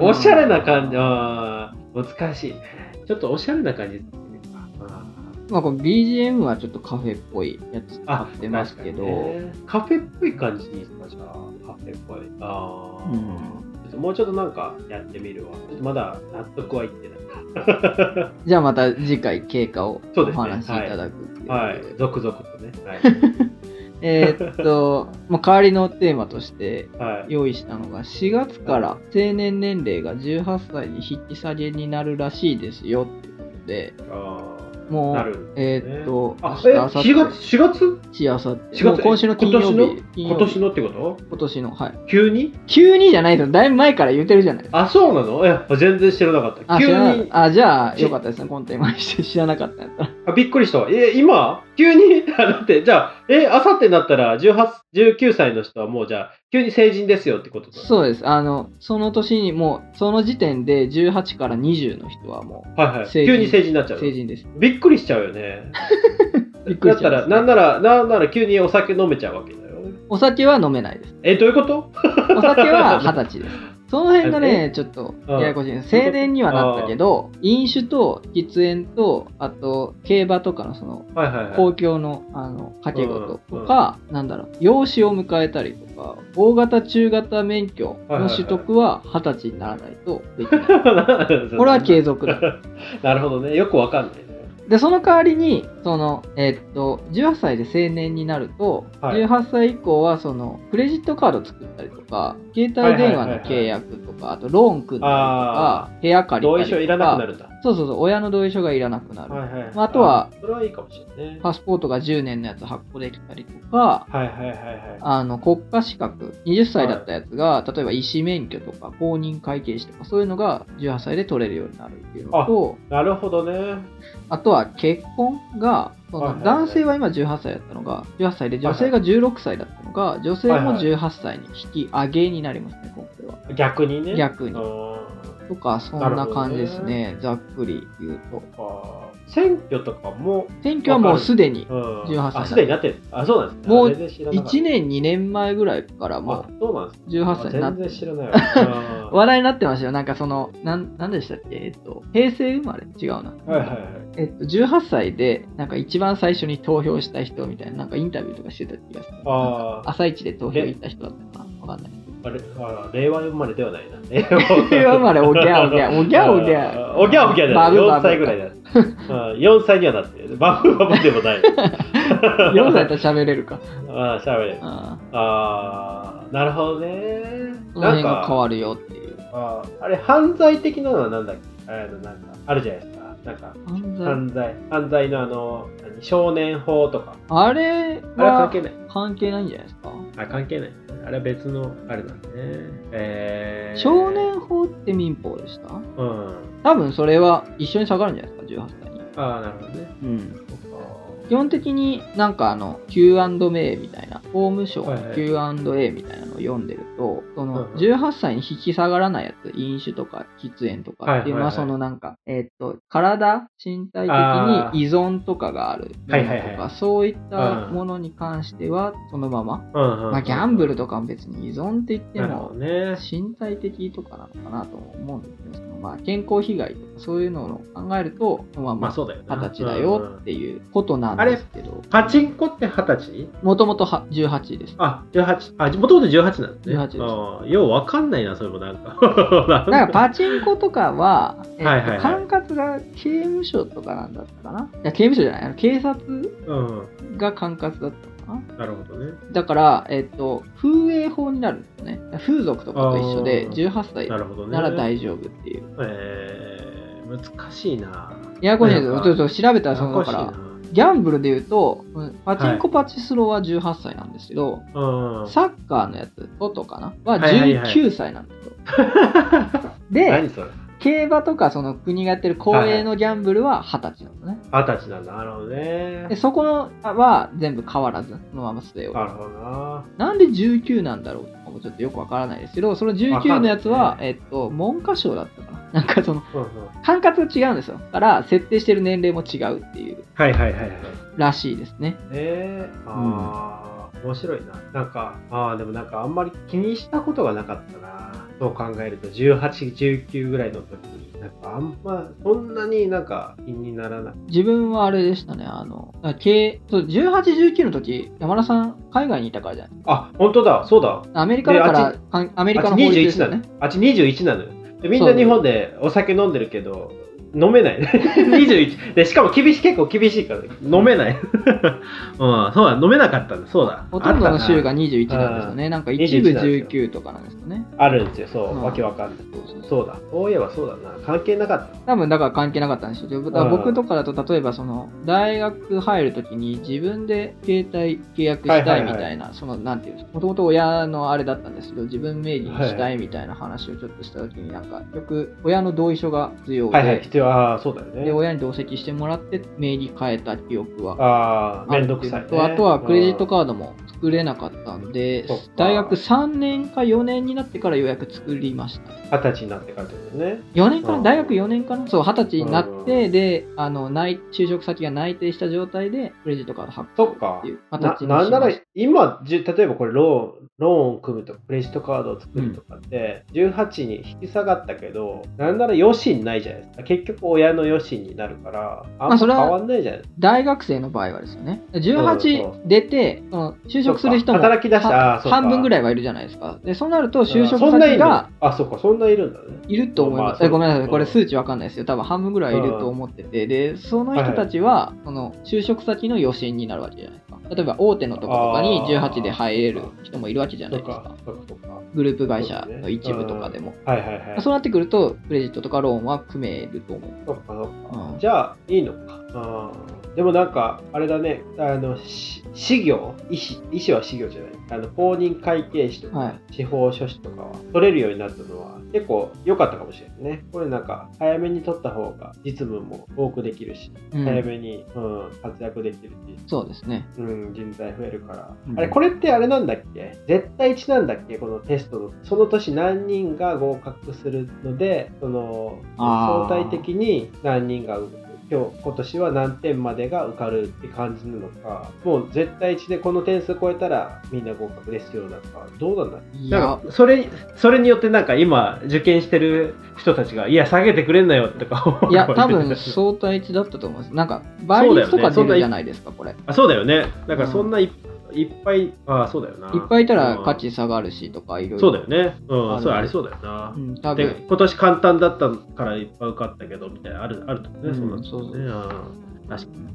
Speaker 1: おしゃれな感じ、あー難しい。ちょっとおしゃれな感じですね。あ
Speaker 2: まあ、この BGM はちょっとカフェっぽいやつ
Speaker 1: ー
Speaker 2: 使ってますけど、
Speaker 1: 確かにねカフェっぽい感じにしました。カフェっぽい。あー
Speaker 2: うん
Speaker 1: ちょっともうちょっとなんかやってみるわ。ちょっとまだ納得はいってない。
Speaker 2: じゃあまた次回経過を
Speaker 1: そう
Speaker 2: お
Speaker 1: ですね
Speaker 2: 話しいただくっていうことで
Speaker 1: はい、続々とね。はい。
Speaker 2: えー
Speaker 1: <laughs>
Speaker 2: っと、まあ、代わりのテーマとして
Speaker 1: はい
Speaker 2: 用意したのが4月から成年年齢が18歳に引き下げになるらしいですよっていうことで
Speaker 1: あ
Speaker 2: も
Speaker 1: あ、な
Speaker 2: う
Speaker 1: るんで
Speaker 2: え
Speaker 1: すね、
Speaker 2: ーっと
Speaker 1: あえ
Speaker 2: 明日
Speaker 1: 4月、4月
Speaker 2: しあさって
Speaker 1: 4月
Speaker 2: もう今週の金曜日
Speaker 1: 今年
Speaker 2: 金
Speaker 1: 今
Speaker 2: 曜日
Speaker 1: 年のってこと
Speaker 2: 今年のはい
Speaker 1: 急に
Speaker 2: 急にじゃないですよだいぶ前から言ってるじゃないですか
Speaker 1: あ、そうなのいや、全然知らなかった。
Speaker 2: あ
Speaker 1: 急
Speaker 2: 知らな
Speaker 1: に、
Speaker 2: あじゃあよかったですね今テーマにして知らなかったんやったら
Speaker 1: あびっくりしたわ。え、今急に <laughs> あだって、じゃあ、え、あさってになったら、18、19歳の人はもう、じゃあ、急に成人ですよってことだ。
Speaker 2: そうですあのその年にもうその時点で18から20の人はも
Speaker 1: はいはい。
Speaker 2: 成人
Speaker 1: 急に成人になっち
Speaker 2: う
Speaker 1: ゃうの
Speaker 2: 成人です
Speaker 1: びっくりしちゃうよね。
Speaker 2: <laughs> びっくりしちゃう
Speaker 1: だったら、なんなら、なんなら急にお酒飲めちゃうわけだよ。
Speaker 2: お酒は飲めないです
Speaker 1: え、どういうこと
Speaker 2: お酒は二十歳
Speaker 1: <laughs>
Speaker 2: です。その辺がね、ちょっと
Speaker 1: うん
Speaker 2: ややこしいです。青年にはなったけど、飲酒と喫煙と、あと競馬とかのその
Speaker 1: はいはいはい。 <laughs>
Speaker 2: 公共のあの掛け事とか、なんだろう、養子を迎えたりとか、大型、中型免許の取得は二十歳にならないとできない。
Speaker 1: <laughs>
Speaker 2: こ
Speaker 1: こ
Speaker 2: れは継続だ。
Speaker 1: なるほどね。よくわかんないね。
Speaker 2: で、その代わりに、その、えっと、18歳で成年になると、
Speaker 1: はい
Speaker 2: 18歳以降は、その、クレジットカード作ったりとか、携帯電話の契約とか、あと、ローン組んだりとか
Speaker 1: あ、
Speaker 2: 部屋借り
Speaker 1: 同
Speaker 2: た
Speaker 1: 意
Speaker 2: りと
Speaker 1: 書
Speaker 2: か、
Speaker 1: いらなくなるんだ。
Speaker 2: そうそうそう、親の同意書がいらなくなる。
Speaker 1: はいはい。
Speaker 2: まああとは
Speaker 1: それはいいかもしれないね。
Speaker 2: パスポートが10年のやつ発行できたりとか、
Speaker 1: はいはいはいは
Speaker 2: あの、国家資格、20歳だったやつが、例えば医師免許とか、公認会計士とか、そういうのが18歳で取れるようになるっていうのと、
Speaker 1: い。なるほどね。
Speaker 2: あとは結婚が、そ
Speaker 1: はいはいは
Speaker 2: の
Speaker 1: い
Speaker 2: 男性は今18歳だったのが、18歳で女性が16歳だったのが、女性も18歳に引き上げになりますね、今回は。
Speaker 1: 逆にね。
Speaker 2: 逆に
Speaker 1: あー
Speaker 2: とか、そんな感じですね、ざっくり言うと。
Speaker 1: あー選挙とかも、
Speaker 2: 選挙はもうすでに
Speaker 1: う、ん、
Speaker 2: 18歳
Speaker 1: あ、すでになってる。あ、そうなんですね。
Speaker 2: もう
Speaker 1: 全然知らなかった
Speaker 2: 1年、2年前ぐらいから
Speaker 1: あ
Speaker 2: も、
Speaker 1: そうなんですね
Speaker 2: う18歳にな
Speaker 1: あ
Speaker 2: っ
Speaker 1: 全然
Speaker 2: て、
Speaker 1: 知らないわ。
Speaker 2: <laughs>
Speaker 1: うん
Speaker 2: 話題になってましたよ。なんかその、なん、なんでしたっけえっと、平成生まれ違うな。
Speaker 1: はいはいはい。
Speaker 2: えっと、18歳で、なんか一番最初に投票した人みたいな、なんかインタビューとかしてた気がする。
Speaker 1: あー
Speaker 2: 朝一で投票行った人だったかなわか
Speaker 1: <laughs>
Speaker 2: んない。
Speaker 1: あれあ令和生まれではないな。
Speaker 2: <laughs> 令和生 <laughs> まれおぎゃおぎゃおぎゃおぎゃ
Speaker 1: あー <laughs> おぎゃおぎゃだ
Speaker 2: バブバ
Speaker 1: 4
Speaker 2: ブ
Speaker 1: 歳ぐらいだ。うん4歳にはなってる。バブバブでも
Speaker 2: <laughs>
Speaker 1: ない。
Speaker 2: 4歳だったら喋れるか。
Speaker 1: <laughs> ああ、しゃべれる。
Speaker 2: あー
Speaker 1: ああ、なるほどね。
Speaker 2: この
Speaker 1: なん
Speaker 2: 辺が変
Speaker 1: か、
Speaker 2: わるよっていう。
Speaker 1: あーあれ、犯罪的なのはなんだっけあれのなんか、あるじゃないですか。なんか、
Speaker 2: 犯罪
Speaker 1: 犯罪。犯罪のあの、何少年法とか。
Speaker 2: あれ
Speaker 1: あれは
Speaker 2: は
Speaker 1: 関係ない。
Speaker 2: 関係ないんじゃないですか。
Speaker 1: あ、関係ない。あれは別の、あれなんでね。えー、
Speaker 2: 少年法って民法でした
Speaker 1: うん。
Speaker 2: 多分それは一緒に下がるんじゃないですか、18歳に。
Speaker 1: ああ、なるほどね。
Speaker 2: うん、
Speaker 1: そっか
Speaker 2: 基本的になんかあの Q&A みたいな法務省
Speaker 1: はいは
Speaker 2: の
Speaker 1: い
Speaker 2: Q&A みたいなのを読んでるとそ
Speaker 1: はいは
Speaker 2: の
Speaker 1: い
Speaker 2: 18歳に引き下がらないやつ飲酒とか喫煙とかっていうのは
Speaker 1: はいはいはい
Speaker 2: そのなんかえーっと体身体
Speaker 1: あ
Speaker 2: 的に依存とかがあるも
Speaker 1: はい
Speaker 2: の
Speaker 1: はいはい
Speaker 2: とかそういった
Speaker 1: うん
Speaker 2: ものに関してはそのまま
Speaker 1: うんうんうん
Speaker 2: まあギャンブルとかも別に依存って言って
Speaker 1: なるほ
Speaker 2: も
Speaker 1: どね。
Speaker 2: 身体的とかなのかなとも思うんですけどそのまあ健康被害とかそういうのを考えるとそのま
Speaker 1: ま
Speaker 2: ま
Speaker 1: あそうだよね。
Speaker 2: 二十歳だ
Speaker 1: うん
Speaker 2: よっ
Speaker 1: うん
Speaker 2: ていうことなんですけど、
Speaker 1: パチンコって二十歳
Speaker 2: もともとは18です。
Speaker 1: あ、18。あ、もともと18なんですね。
Speaker 2: 18です
Speaker 1: あーようわかんないな、それもなん
Speaker 2: <laughs>
Speaker 1: か。なんか
Speaker 2: だからパチンコとかは、えっと
Speaker 1: はいはいはい
Speaker 2: 管轄が刑務所とかなんだったかないや、刑務所じゃないあの、警察
Speaker 1: うん。
Speaker 2: が管轄だったかな
Speaker 1: なるほどね。
Speaker 2: だから、えっと、風営法になるんですよね。風俗とかと一緒で、
Speaker 1: あー
Speaker 2: 18歳
Speaker 1: なるほどね。
Speaker 2: なら大丈夫っていう。
Speaker 1: えー、難しいな。
Speaker 2: ややこしいです
Speaker 1: な
Speaker 2: よ。
Speaker 1: ん
Speaker 2: ち
Speaker 1: か
Speaker 2: ょっと調べたら、その、
Speaker 1: 難
Speaker 2: だ
Speaker 1: し
Speaker 2: か
Speaker 1: い
Speaker 2: ら、
Speaker 1: な。
Speaker 2: ギャンブルで言うと、パチンコパチスロは18歳なんですけど、
Speaker 1: うん。
Speaker 2: サッカーのやつ、トトかなは
Speaker 1: はいはいはい <laughs>
Speaker 2: 19歳なんですよ。で、
Speaker 1: 何それ
Speaker 2: 競馬とかその国がやってる公営のギャンブルは二十歳なのね、
Speaker 1: 二十歳なんだなるほどね
Speaker 2: でそこのは全部変わらずそのまま据えよ
Speaker 1: なるほどな
Speaker 2: うなんで19なんだろうとかもちょっとよくわからないですけどその19のやつ
Speaker 1: わか
Speaker 2: は
Speaker 1: ん、
Speaker 2: えっと文科省だったかななんかその
Speaker 1: うんうん
Speaker 2: 管轄が違うんですよだから設定してる年齢も違うっていう
Speaker 1: はいはいはいはい
Speaker 2: らしいですね
Speaker 1: えー、あー、面白いななんかああでもなんかあんまり気にしたことがなかったなそう考えると1819ぐらいの時になんかあんまそんなになんか気にならない
Speaker 2: 自分はあれでしたねあの経そう1819の時山田さん海外にいたからじゃない
Speaker 1: あ本当だそうだ
Speaker 2: アメリカだか
Speaker 1: であっ
Speaker 2: らかんアメリカの
Speaker 1: あっ
Speaker 2: 法
Speaker 1: ち
Speaker 2: 律
Speaker 1: 21
Speaker 2: ですよ
Speaker 1: な
Speaker 2: ね
Speaker 1: のあっち21なのよでみん
Speaker 2: そ
Speaker 1: な
Speaker 2: う
Speaker 1: 日本でお酒飲んでるけど飲め
Speaker 2: <laughs>
Speaker 1: ない21でしかも厳しい結構厳しいから飲めないうん <laughs> そうだ飲めなかったんだそうだ
Speaker 2: ほとんどの州
Speaker 1: あ
Speaker 2: が
Speaker 1: ったな
Speaker 2: 21なんですよね。なんか一部
Speaker 1: 21なんです
Speaker 2: 19とかなんですよね。
Speaker 1: あるんですよそう、
Speaker 2: うん
Speaker 1: わけわかんない
Speaker 2: そうそうそう
Speaker 1: そうだそういえばそうだな関係なかった
Speaker 2: 多分だから関係なかったんでしょうけど。だから
Speaker 1: うん
Speaker 2: 僕とかだと例えばその大学入るときに自分で携帯契約し
Speaker 1: は
Speaker 2: た
Speaker 1: いはい
Speaker 2: い
Speaker 1: はい
Speaker 2: みたいな、そのなんていうんですか、もともと親のあれだったんですけど、自分名義にしたいみたいな話をちょっとしたときに、なんか結局親の同意書が必要で、
Speaker 1: はいはい必要ああそうだよね
Speaker 2: で親に同席してもらって名義変えた記憶は
Speaker 1: ああ
Speaker 2: あ
Speaker 1: 面
Speaker 2: るって
Speaker 1: 倒
Speaker 2: いう
Speaker 1: くさい、ね、
Speaker 2: のとあとはクレジット
Speaker 1: ー
Speaker 2: カードも作れなかったんで
Speaker 1: そっか
Speaker 2: 大学3年か4年になってからようやく作りました
Speaker 1: ド二十歳になってからですね
Speaker 2: 4年か
Speaker 1: う
Speaker 2: なん大学4年かなそう二十歳になって
Speaker 1: う
Speaker 2: であの内就職先が内定した状態でクレジットカード発
Speaker 1: そ
Speaker 2: 行
Speaker 1: っか
Speaker 2: っていう
Speaker 1: な
Speaker 2: 形にしま
Speaker 1: な
Speaker 2: し
Speaker 1: んな
Speaker 2: た
Speaker 1: ら今じ例えばこれローンローンを組むとかクレジットカードを作るとかって、18に引き下がったけどなんなら余震ないじゃないですか結局親の余震になるからあんま
Speaker 2: そ
Speaker 1: 変
Speaker 2: れは
Speaker 1: わんないじゃないですか、
Speaker 2: 大学生の場合はですよね
Speaker 1: そう
Speaker 2: 18出てその就職する人も
Speaker 1: そっか働き出した
Speaker 2: は
Speaker 1: あーそうか
Speaker 2: 半分ぐらいはいるじゃないですかでそうなると就職
Speaker 1: そんない
Speaker 2: 先
Speaker 1: るの
Speaker 2: が
Speaker 1: あそっかそんないるんだね
Speaker 2: いると思い
Speaker 1: まあ
Speaker 2: ま
Speaker 1: そう
Speaker 2: す。
Speaker 1: か
Speaker 2: えごめんなさい、これ
Speaker 1: うん
Speaker 2: 数値わかんないですよ。多分半分ぐらいいると思ってて、で、その人たちは、その就職先の予診になるわけじゃないですか。例えば大手のとことかに
Speaker 1: あー
Speaker 2: 18で入れる人もいるわけじゃな
Speaker 1: そ
Speaker 2: い
Speaker 1: っ
Speaker 2: です
Speaker 1: か
Speaker 2: か。
Speaker 1: そっかそっか
Speaker 2: グループ会社の一部とかでも。
Speaker 1: はいはいはい
Speaker 2: そうなってくると、クレジットとかローンは組めると思う。
Speaker 1: そっかそっか
Speaker 2: うん
Speaker 1: じゃあいいのかあーでもなんかあれだねあのし私業医師医師は私業じゃないあの公認会計士とか、
Speaker 2: はい
Speaker 1: 司法書士とかは取れるようになったのは結構良かったかもしれないねこれなんか早めに取った方が実務も多くできるし、
Speaker 2: うん
Speaker 1: 早めに、うん、活躍できるし、
Speaker 2: そうですね。
Speaker 1: うん、人材増えるから、
Speaker 2: うん
Speaker 1: あれこれってあれなんだっけ絶対値なんだっけこのテストのその年何人が合格するのでその
Speaker 2: あ
Speaker 1: 相
Speaker 2: ー
Speaker 1: 対的に何人が今日今年は何点までが受かるって感じなのかもう絶対値でこの点数超えたらみんな合格ですよなのかどうなんだ
Speaker 2: い
Speaker 1: な
Speaker 2: や
Speaker 1: ん、かそれそれによってなんか今受験してる人たちがいや下げてくれんなよとか思う
Speaker 2: いや、多
Speaker 1: かもしれな
Speaker 2: 分相対値だったと思います。なんか、倍率とか出るじゃないですか、これ。い
Speaker 1: あそうだよねなんかそんない,、いっぱいあそうだよない
Speaker 2: っぱいいたら価値下がるしとか、いろいろ。
Speaker 1: そうだよね。う
Speaker 2: あ
Speaker 1: ん、
Speaker 2: る
Speaker 1: それありそうだよな
Speaker 2: う。ん、多
Speaker 1: で
Speaker 2: 分。
Speaker 1: 今年簡単だったからいっぱい受かったけどみたいなあるあると思うね、
Speaker 2: うん
Speaker 1: そんなの
Speaker 2: そうそう
Speaker 1: ねうん確かに、うん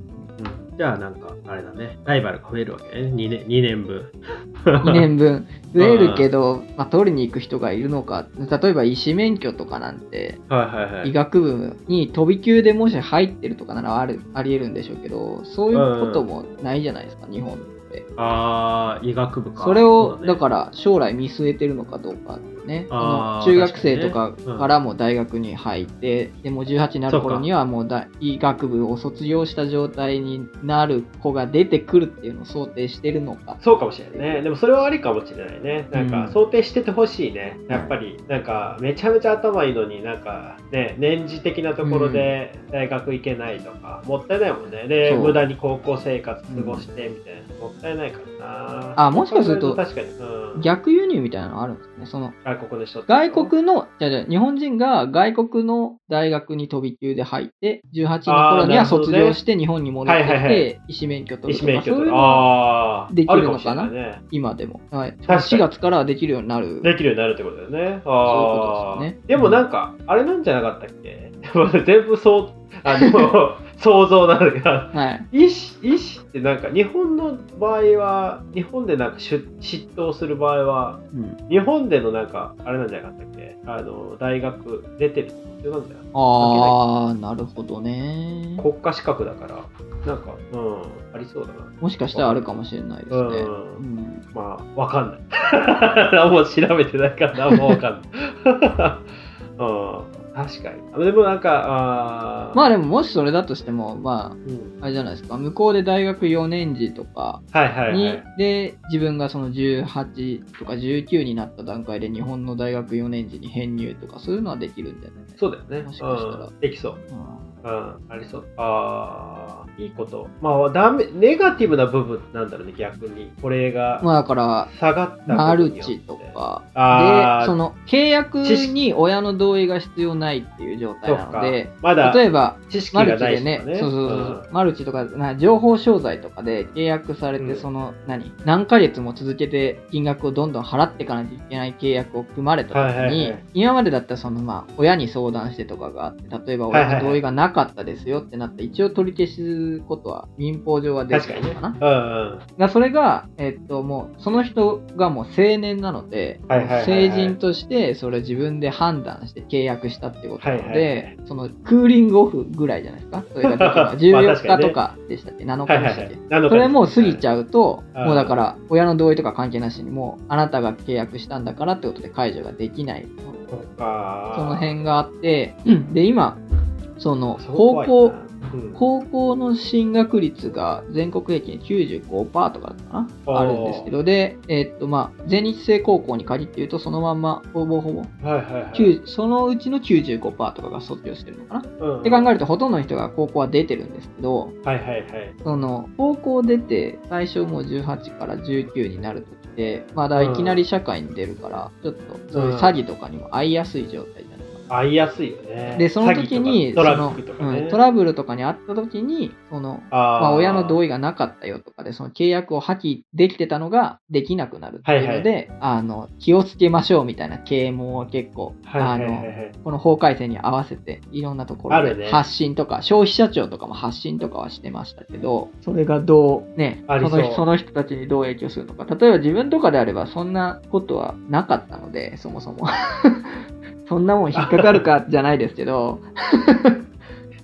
Speaker 1: じゃあなんかあれだねライバルが増えるわけね2年二年分 <laughs>
Speaker 2: 2年分増えるけど、まあ、取りに行く人がいるのか例えば医師免許とかなんて
Speaker 1: <laughs> はいはいはい
Speaker 2: 医学部に飛び級でもし入ってるとかならあるありえるんでしょうけどそういうこともないじゃないですか日本って
Speaker 1: ああ医学部か
Speaker 2: それを
Speaker 1: う
Speaker 2: だからら将来見据えてるのかどうかねその
Speaker 1: あー
Speaker 2: 中学生とか
Speaker 1: 確かにねうん
Speaker 2: からも大学に入ってでも18になる頃にはもう大医学部を卒業した状態になる子が出てくるっていうのを想定してるのか
Speaker 1: そうかもしれないねでもそれはありかもしれないねなん
Speaker 2: う
Speaker 1: か
Speaker 2: ん
Speaker 1: 想定しててほしいね、やっぱりなんかめちゃめちゃ頭いいのになんかね年次的なところで大学行けないとか、もったいないもんねで
Speaker 2: そう
Speaker 1: 無駄に高校生活過ごしてみたいな、もったいないからな
Speaker 2: あもしかすると
Speaker 1: 確かに、うん、
Speaker 2: 逆輸入みたいなのあるんですねその
Speaker 1: 外国の人って
Speaker 2: 外国の、じゃあじゃあ日本人が外国の大学に飛び級で入って、18の頃には
Speaker 1: あーなるほどね
Speaker 2: 卒業して日本に戻ってき
Speaker 1: はいはいは
Speaker 2: て、医師免許取
Speaker 1: 医
Speaker 2: る
Speaker 1: 師
Speaker 2: とか、
Speaker 1: 免許
Speaker 2: そう
Speaker 1: と
Speaker 2: いう
Speaker 1: か
Speaker 2: のは
Speaker 1: あー
Speaker 2: できるのかな
Speaker 1: あもしれいね
Speaker 2: 今でも。はい、
Speaker 1: かに
Speaker 2: 4月からはできるようになる。
Speaker 1: できるようになるってことだよね。
Speaker 2: そういうこと
Speaker 1: ああ
Speaker 2: ですよね
Speaker 1: でもなんか、あれなんじゃなかったっけ <laughs> 全部そう、あの、 <laughs> 想像なんだけど、
Speaker 2: はい。
Speaker 1: 医師医師ってなんか日本の場合は日本でなんか出執刀する場合は
Speaker 2: うん、
Speaker 1: 日本でのなんかあれなんじゃなかったっけあの大学出てる必要なんじゃない
Speaker 2: あー、なるほどね。
Speaker 1: 国家資格だからなんかうんありそうだな
Speaker 2: もしかしたらあるかもしれないですね。
Speaker 1: うん
Speaker 2: うん
Speaker 1: まあわかんない <laughs> 何も調べてないから何もわかんない、うん、確かに。でもなんか、あー
Speaker 2: まあでももしそれだとしても、ま
Speaker 1: うん
Speaker 2: あ、あれじゃないですか、向こうで大学4年時とか
Speaker 1: はいはいはい。
Speaker 2: に、で、自分がその18とか19になった段階で日本の大学4年時に編入とか、そういうのはできるんじゃない
Speaker 1: そうだよね。
Speaker 2: もしかしたら
Speaker 1: うん、できそう。
Speaker 2: うん
Speaker 1: うん、ありそう。ああ、いいこと。まあ、ダメ、ネガティブな部分なんだろうね、逆に。これが
Speaker 2: まあだから、
Speaker 1: 下がったことによ
Speaker 2: マ
Speaker 1: って
Speaker 2: ルチと。か、
Speaker 1: あ
Speaker 2: で、そ
Speaker 1: あ、
Speaker 2: の契約
Speaker 1: 知識
Speaker 2: に親の同意が必要ないっていう状態
Speaker 1: そっ
Speaker 2: なの
Speaker 1: か
Speaker 2: で、。
Speaker 1: まだ
Speaker 2: 例えば、
Speaker 1: 知識
Speaker 2: マ
Speaker 1: がな
Speaker 2: ル
Speaker 1: い
Speaker 2: チでね
Speaker 1: 人、が
Speaker 2: そうそうそう
Speaker 1: うん
Speaker 2: マルチとか、な情報商材とかで契約され
Speaker 1: う
Speaker 2: て、
Speaker 1: ん
Speaker 2: その、何、何ヶ月も続けて金額をどんどん払っていかなきゃいけない契約を組まれた時に、
Speaker 1: はいはいはい
Speaker 2: 今までだったら、その、まあ、親に相談してとかがあって、例えば
Speaker 1: はいはいはい
Speaker 2: 親の同意がなかったですよってなったら、一応取り消すことは民法上はでき
Speaker 1: 確か
Speaker 2: る
Speaker 1: に
Speaker 2: の
Speaker 1: ね
Speaker 2: かな。。
Speaker 1: うんうん。
Speaker 2: だそれが、えっと、もうその人がもう青年なので、
Speaker 1: はいはいはいはい
Speaker 2: 成人としてそれを自分で判断して契約したってことなので、
Speaker 1: はいはいはい
Speaker 2: そのクーリングオフぐらいじゃないですかそ
Speaker 1: <laughs>
Speaker 2: れが
Speaker 1: まあ
Speaker 2: できれば14
Speaker 1: 確か
Speaker 2: 日
Speaker 1: にね
Speaker 2: とかでしたっけ、7
Speaker 1: は
Speaker 2: 日
Speaker 1: い
Speaker 2: で
Speaker 1: は
Speaker 2: したっ
Speaker 1: いは
Speaker 2: け、
Speaker 1: い。なの
Speaker 2: そ
Speaker 1: か
Speaker 2: れもう過ぎちゃうと、
Speaker 1: はい
Speaker 2: もうだから親の同意とか関係なしにもうあなたが契約したんだからってことで解除ができない
Speaker 1: そっか
Speaker 2: その辺があってうんで今その
Speaker 1: そこ
Speaker 2: 高
Speaker 1: 怖いな
Speaker 2: 校
Speaker 1: うん
Speaker 2: 高校の進学率が全国平均95%とかだったか
Speaker 1: お
Speaker 2: な
Speaker 1: ー
Speaker 2: あるんですけどで、えーっとまあ、全日制高校に限って言うとそのまんまほぼほぼ、
Speaker 1: はいはいはい。
Speaker 2: 9そのうちの95%とかが卒業してるのかな、
Speaker 1: うん
Speaker 2: って考えるとほとんどの人が高校は出てるんですけど
Speaker 1: はいはいはい。
Speaker 2: その高校出て最初もう18から19になるときでまだいきなり社会に出るから、ちょっとそういう詐欺とかにも遭いやすい状態じゃないですか。
Speaker 1: 会いやすいよね。
Speaker 2: でその時に
Speaker 1: 詐欺とかトラブルと
Speaker 2: そ
Speaker 1: か
Speaker 2: の
Speaker 1: ね。
Speaker 2: うん、トラブルとかにあった時にその
Speaker 1: あー
Speaker 2: まあ、親の同
Speaker 1: 意。
Speaker 2: 意がなかったよとかで、その契約を破棄できてたのができなくなるっていうので、あの気をつけましょうみたいな啓蒙は結構、
Speaker 1: はいはいはい
Speaker 2: あの
Speaker 1: はい。
Speaker 2: この法改正に合わせていろんなところ
Speaker 1: ある
Speaker 2: で
Speaker 1: ね
Speaker 2: 発信とか、消費者庁とかも発信とかはしてましたけど、それがどう、ね、
Speaker 1: あり
Speaker 2: そ
Speaker 1: そう
Speaker 2: の人その人たちにどう影響するのか、例えば自分とかであればそんなことはなかったので、そもそも。 <laughs> そんなもん引っかかるかじゃないですけど、 <laughs>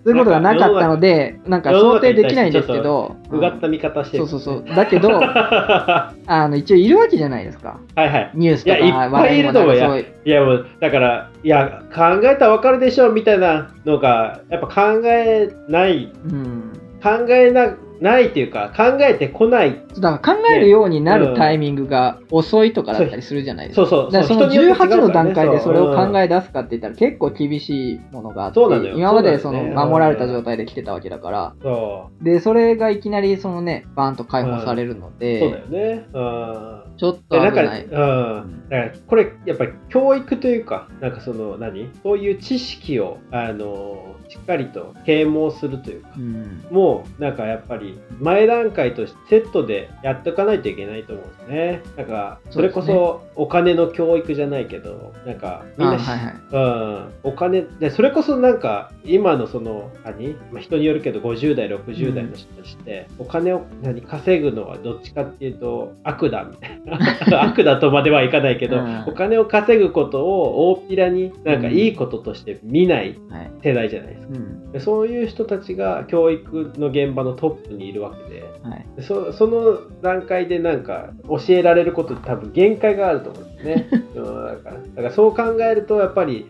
Speaker 2: そういうことがなかったので、なんか想定できないんですけど、
Speaker 1: うがった見方して
Speaker 2: そ
Speaker 1: る、
Speaker 2: うそうそう
Speaker 1: う。。
Speaker 2: だけど、
Speaker 1: <laughs> は
Speaker 2: あの一応いるわけじゃないですか。
Speaker 1: いはい。
Speaker 2: ニュースとか
Speaker 1: いやいっぱいいると思うよ
Speaker 2: 話題にもなるそう
Speaker 1: いやもう、だから、いや、考えたらわかるでしょみたいなのが、やっぱ考えない、
Speaker 2: うん。
Speaker 1: 考えなないっていうか、考えてこない。
Speaker 2: だから考えるようになるタイミングが遅いとかだったりするじゃないですか。
Speaker 1: そうそう。
Speaker 2: だからその
Speaker 1: 人によって違うから
Speaker 2: 18
Speaker 1: ね
Speaker 2: の段階でそれを考
Speaker 1: え、
Speaker 2: え出すかって言ったら結構厳しいものがあって
Speaker 1: そうなのよ
Speaker 2: 今までそ
Speaker 1: そうな
Speaker 2: の
Speaker 1: のよね
Speaker 2: 守られた状態で来てたわけだから
Speaker 1: うんそ
Speaker 2: でそれがいきなりそのねバーンと解放されるの
Speaker 1: う。そうだ
Speaker 2: で
Speaker 1: よね。うん。
Speaker 2: ちょっ
Speaker 1: で
Speaker 2: と危
Speaker 1: なんか、
Speaker 2: ない。
Speaker 1: うん、だからこれやっぱり教育というか、なんかその何、そういう知識をあのしっかりと啓蒙するというか
Speaker 2: う、ん
Speaker 1: もうなんかやっぱり前段階としてセットでやっておかないといけないと思うんですね。なんかそれこ
Speaker 2: そうで
Speaker 1: そお金の教育じゃないけど、なんかみんな
Speaker 2: あ
Speaker 1: し
Speaker 2: はいはい
Speaker 1: うん、お金でそれこそなんか今のその何、まあ、人によるけど50代60代の人たちって、お金を何稼ぐのはどっちかっていうと悪だみたいな <laughs> 悪だとまではいかないけど、
Speaker 2: うん
Speaker 1: お金を稼ぐことを大っぴらになんかいいこととして見ない
Speaker 2: はい
Speaker 1: 世代じゃないですか、
Speaker 2: うん
Speaker 1: でそういう人たちが教育の現場のトップにいるわけで
Speaker 2: はい
Speaker 1: でそその段階でなんか教えられることって多分限界があると思うんです
Speaker 2: <laughs>
Speaker 1: ね、うん、だからだからそう考えるとやっぱり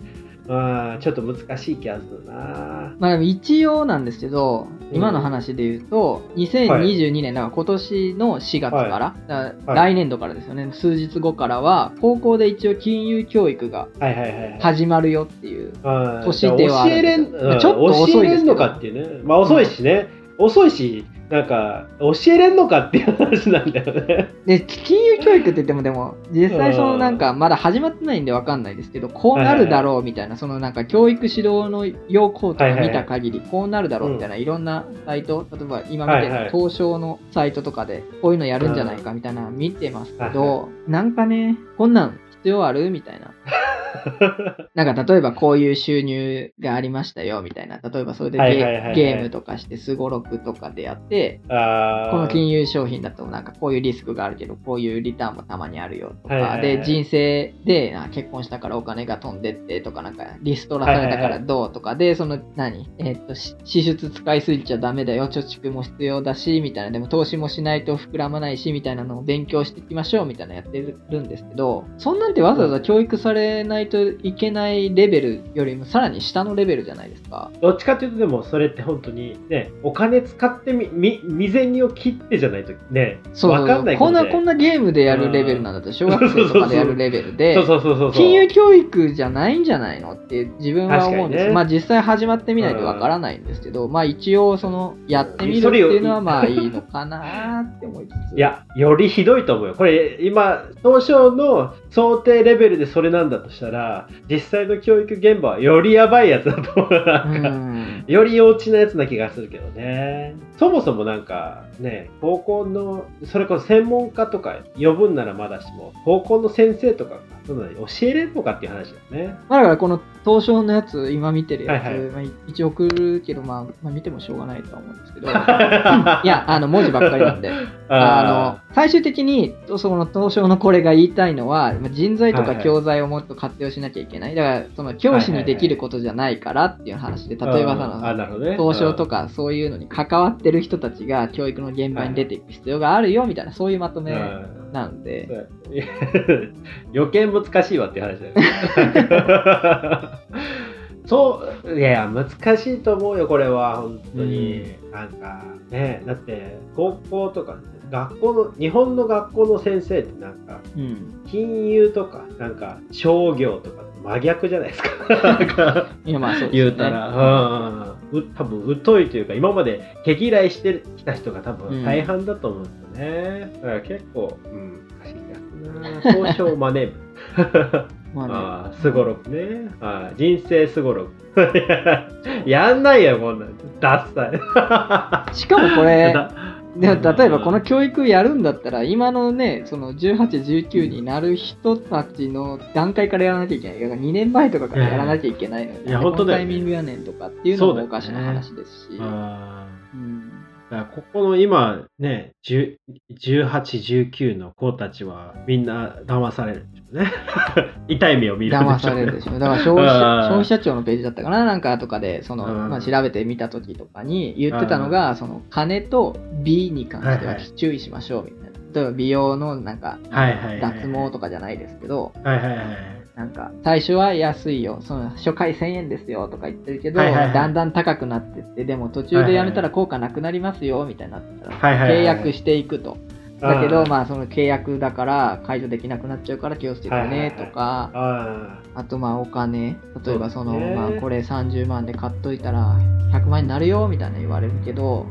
Speaker 1: あーちょっと難しい気がするな
Speaker 2: まあ、でも一応なんですけど、
Speaker 1: うん
Speaker 2: 今の話で言うと、2022年、だから今年の4月から、だから来年度からですよね、数日後からは、高校で一応金融教育が
Speaker 1: はいはいはいはい
Speaker 2: 始まるよっていう、
Speaker 1: あー
Speaker 2: 年ではある
Speaker 1: 教えれん、
Speaker 2: まあちょっと遅いですけど
Speaker 1: 教えれんのかっていうねまあ遅いしね、遅いしなんか教えれんのかっていう話なんだよね
Speaker 2: で金融教育って言っても、でも、実際、そうの
Speaker 1: ん
Speaker 2: なんか、まだ始まってないんで分かんないですけど、こうなるだろうみたいな、そのなんか、教育指導の要項とか見た限り、こうなるだろうみたいな、いろんなサイト、例えば今見て
Speaker 1: はいは
Speaker 2: る
Speaker 1: い
Speaker 2: 東証のサイトとかで、こういうのやるんじゃないかみたいなの見てますけど、なんかね、こんなん必要あるみたい <laughs> な。なんか例えばこういう収入がありましたよみたいな例えばそれでゲ,、
Speaker 1: はいはいはいはい
Speaker 2: ゲームとかしてすごろくとかでやって
Speaker 1: あー
Speaker 2: この金融商品だとなんかこういうリスクがあるけどこういうリターンもたまにあるよとか、
Speaker 1: はいはいはい
Speaker 2: で人生であ結婚したからお金が飛んでってとかなんかリストラされたからどうとかで、その何、えーっとし支出使いすぎちゃダメだよ貯蓄も必要だしみたいなでも投資もしないと膨らまないしみたいなのを勉強していきましょうみたいなのやってるんですけどそんなんてわざわざ教育されないないといけないレベルよりもさらに下のレベルじゃないですか。
Speaker 1: どっちかっていうとでもそれって本当にねお金使ってみみ未然にを切ってじゃないとね
Speaker 2: そう
Speaker 1: わかんない
Speaker 2: こんな
Speaker 1: もし
Speaker 2: こんなゲームでやるレベルなん
Speaker 1: <laughs>
Speaker 2: だと小学生とかでやるレベ
Speaker 1: れ
Speaker 2: ルで
Speaker 1: ないそうそうそうそう
Speaker 2: 金融教育じゃないんじゃないのって自分は思うん
Speaker 1: 確か
Speaker 2: です、
Speaker 1: にね
Speaker 2: まあ実際始まってみないとわからないんですけど、まあ一応そのやってみるっていうのはまあいいのかなって思いつつ
Speaker 1: いやよりひどいと思うよこれ今当初の想定レベルでそれなんだとしたら実際の教育現場はよりやばいやつだと思うな
Speaker 2: うん
Speaker 1: か、
Speaker 2: ん
Speaker 1: より幼稚なやつな気がするけどねそもそもなんかね高校のそれこそ専門家とか呼ぶんならまだしも高校の先生とかがそんなに教えれんのかっていう話だよね
Speaker 2: まあだからこの東証のやつ今見てるやつ、
Speaker 1: はいはい
Speaker 2: まあ、一応送るけど、まあ、まあ見てもしょうがないとは思うんですけ
Speaker 1: <laughs>
Speaker 2: どいやあの文字ばっかりなんであの最終的にその東証のこれが言いたいのはまあ人材と
Speaker 1: はい
Speaker 2: か
Speaker 1: はい
Speaker 2: 教材をもっと活用しなきゃいけない、だからその教師にできることじゃないからっていう話で、
Speaker 1: ー
Speaker 2: 例えば
Speaker 1: うんあ
Speaker 2: その
Speaker 1: なるほどね
Speaker 2: 東証と
Speaker 1: か
Speaker 2: かそういうのに関わってる人たちが教育の現場に出ていく必要があるよみたいなそういうまとめなんで、
Speaker 1: いや余計難しいわっていう話
Speaker 2: <laughs>
Speaker 1: だよね。そういやいや難しいと思うよこれは本当に、なんかねだって高校とか、ね、学校の日本の学校の先生ってなんか
Speaker 2: うん、
Speaker 1: 金融とかなんか商業とか真逆じゃない
Speaker 2: <laughs>
Speaker 1: ですかなんか
Speaker 2: いやまあそうです
Speaker 1: 言
Speaker 2: よね
Speaker 1: うたら、うんう多分疎いというか今まで毛嫌いしてきた人が多分大半だと思うんですよね、だから結構、うん、難しいな交渉マネーム
Speaker 2: まあね
Speaker 1: ああすごろくねああ人生すごろく <laughs> やんないよこんなんダッサい
Speaker 2: しかも
Speaker 1: <laughs>
Speaker 2: これで
Speaker 1: うん
Speaker 2: 例えばこの教育やるんだったら今のねその1819になる人たちの段階からやらなきゃいけないだから2年前とかからやらなきゃいけないのに、
Speaker 1: いや
Speaker 2: こ
Speaker 1: 本当
Speaker 2: の
Speaker 1: だよ
Speaker 2: タ
Speaker 1: ね
Speaker 2: イミングやねんとかっていうの
Speaker 1: そうだ
Speaker 2: も
Speaker 1: よ
Speaker 2: お
Speaker 1: ね
Speaker 2: かしな話ですし、
Speaker 1: ああ
Speaker 2: うん
Speaker 1: だからここの今ね10 1819の子たちはみんな騙されるんでしょうね <laughs> 痛い目を見るん
Speaker 2: 騙
Speaker 1: でしょ
Speaker 2: さ
Speaker 1: う
Speaker 2: れ
Speaker 1: ね
Speaker 2: るでしょだから消費者
Speaker 1: あー
Speaker 2: 消費者庁のページだったかななんかとかでその、
Speaker 1: うん
Speaker 2: まあ、調べてみた時とかに言ってたのがその金と美に関して
Speaker 1: は
Speaker 2: はい
Speaker 1: はい
Speaker 2: 注意しましょうみたいな、例えば美容のなんか
Speaker 1: はいはいはい
Speaker 2: 脱毛とかじゃないですけど、
Speaker 1: はいはいはい
Speaker 2: なんか最初は安いよその初回1000円ですよとか言ってるけど、
Speaker 1: はいはいはい
Speaker 2: だんだん高くなってってでも途中でやめたら効果なくなりますよみたいになってたら、
Speaker 1: はいはいはい
Speaker 2: 契約していくとだけ
Speaker 1: あ
Speaker 2: ど
Speaker 1: ー
Speaker 2: まあその契約だから解除できなくなっちゃうから気をつけてねとか、
Speaker 1: あ
Speaker 2: あとまあお金例えばその
Speaker 1: そうですね
Speaker 2: まあこれ30万で買っといたら100万になるよみたいな言われるけど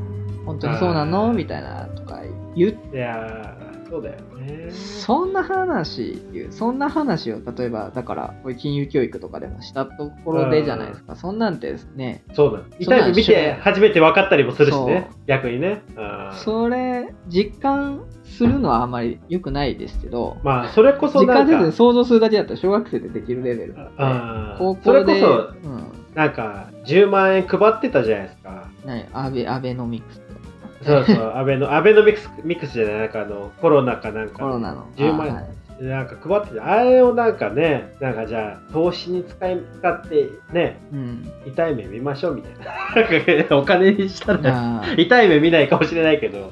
Speaker 2: 本当にそうな
Speaker 1: あ
Speaker 2: の
Speaker 1: ー
Speaker 2: みたいなとか言って
Speaker 1: ーいやーそうだよね
Speaker 2: そんな話っていう、そんな話を例えば、だから、こういう金融教育とかでもしたところでじゃないですか、そんなんてね、
Speaker 1: そうだ
Speaker 2: そうな
Speaker 1: 痛
Speaker 2: ん
Speaker 1: い目見て初めて分かったりもするしね
Speaker 2: そ
Speaker 1: 逆にねあー
Speaker 2: それ、実感するのはあんまり良くないですけど、
Speaker 1: まあそれこそ
Speaker 2: 実
Speaker 1: な
Speaker 2: 感
Speaker 1: ん
Speaker 2: せずに
Speaker 1: か
Speaker 2: 想像するだけだったら、小学生でできるレベルなんで、
Speaker 1: あ
Speaker 2: 高
Speaker 1: ー
Speaker 2: 校
Speaker 1: それこ
Speaker 2: で、
Speaker 1: そ
Speaker 2: うん、
Speaker 1: なんか10万円配ってたじゃないですか
Speaker 2: 何アベアベノミクスとか、
Speaker 1: そうそう
Speaker 2: <laughs>
Speaker 1: アベノアベノミクスミクスじゃないなんかあのコロナかなん
Speaker 2: コ
Speaker 1: か
Speaker 2: ロナの。
Speaker 1: 10万
Speaker 2: あはい
Speaker 1: なんか配っててあれをなんかねなんかじゃあ投資に使い使ってね
Speaker 2: うん、
Speaker 1: 痛い目見ましょうみたい
Speaker 2: <laughs>
Speaker 1: ななんかお金にしたら
Speaker 2: まあ
Speaker 1: 痛い目見ないかもしれないけど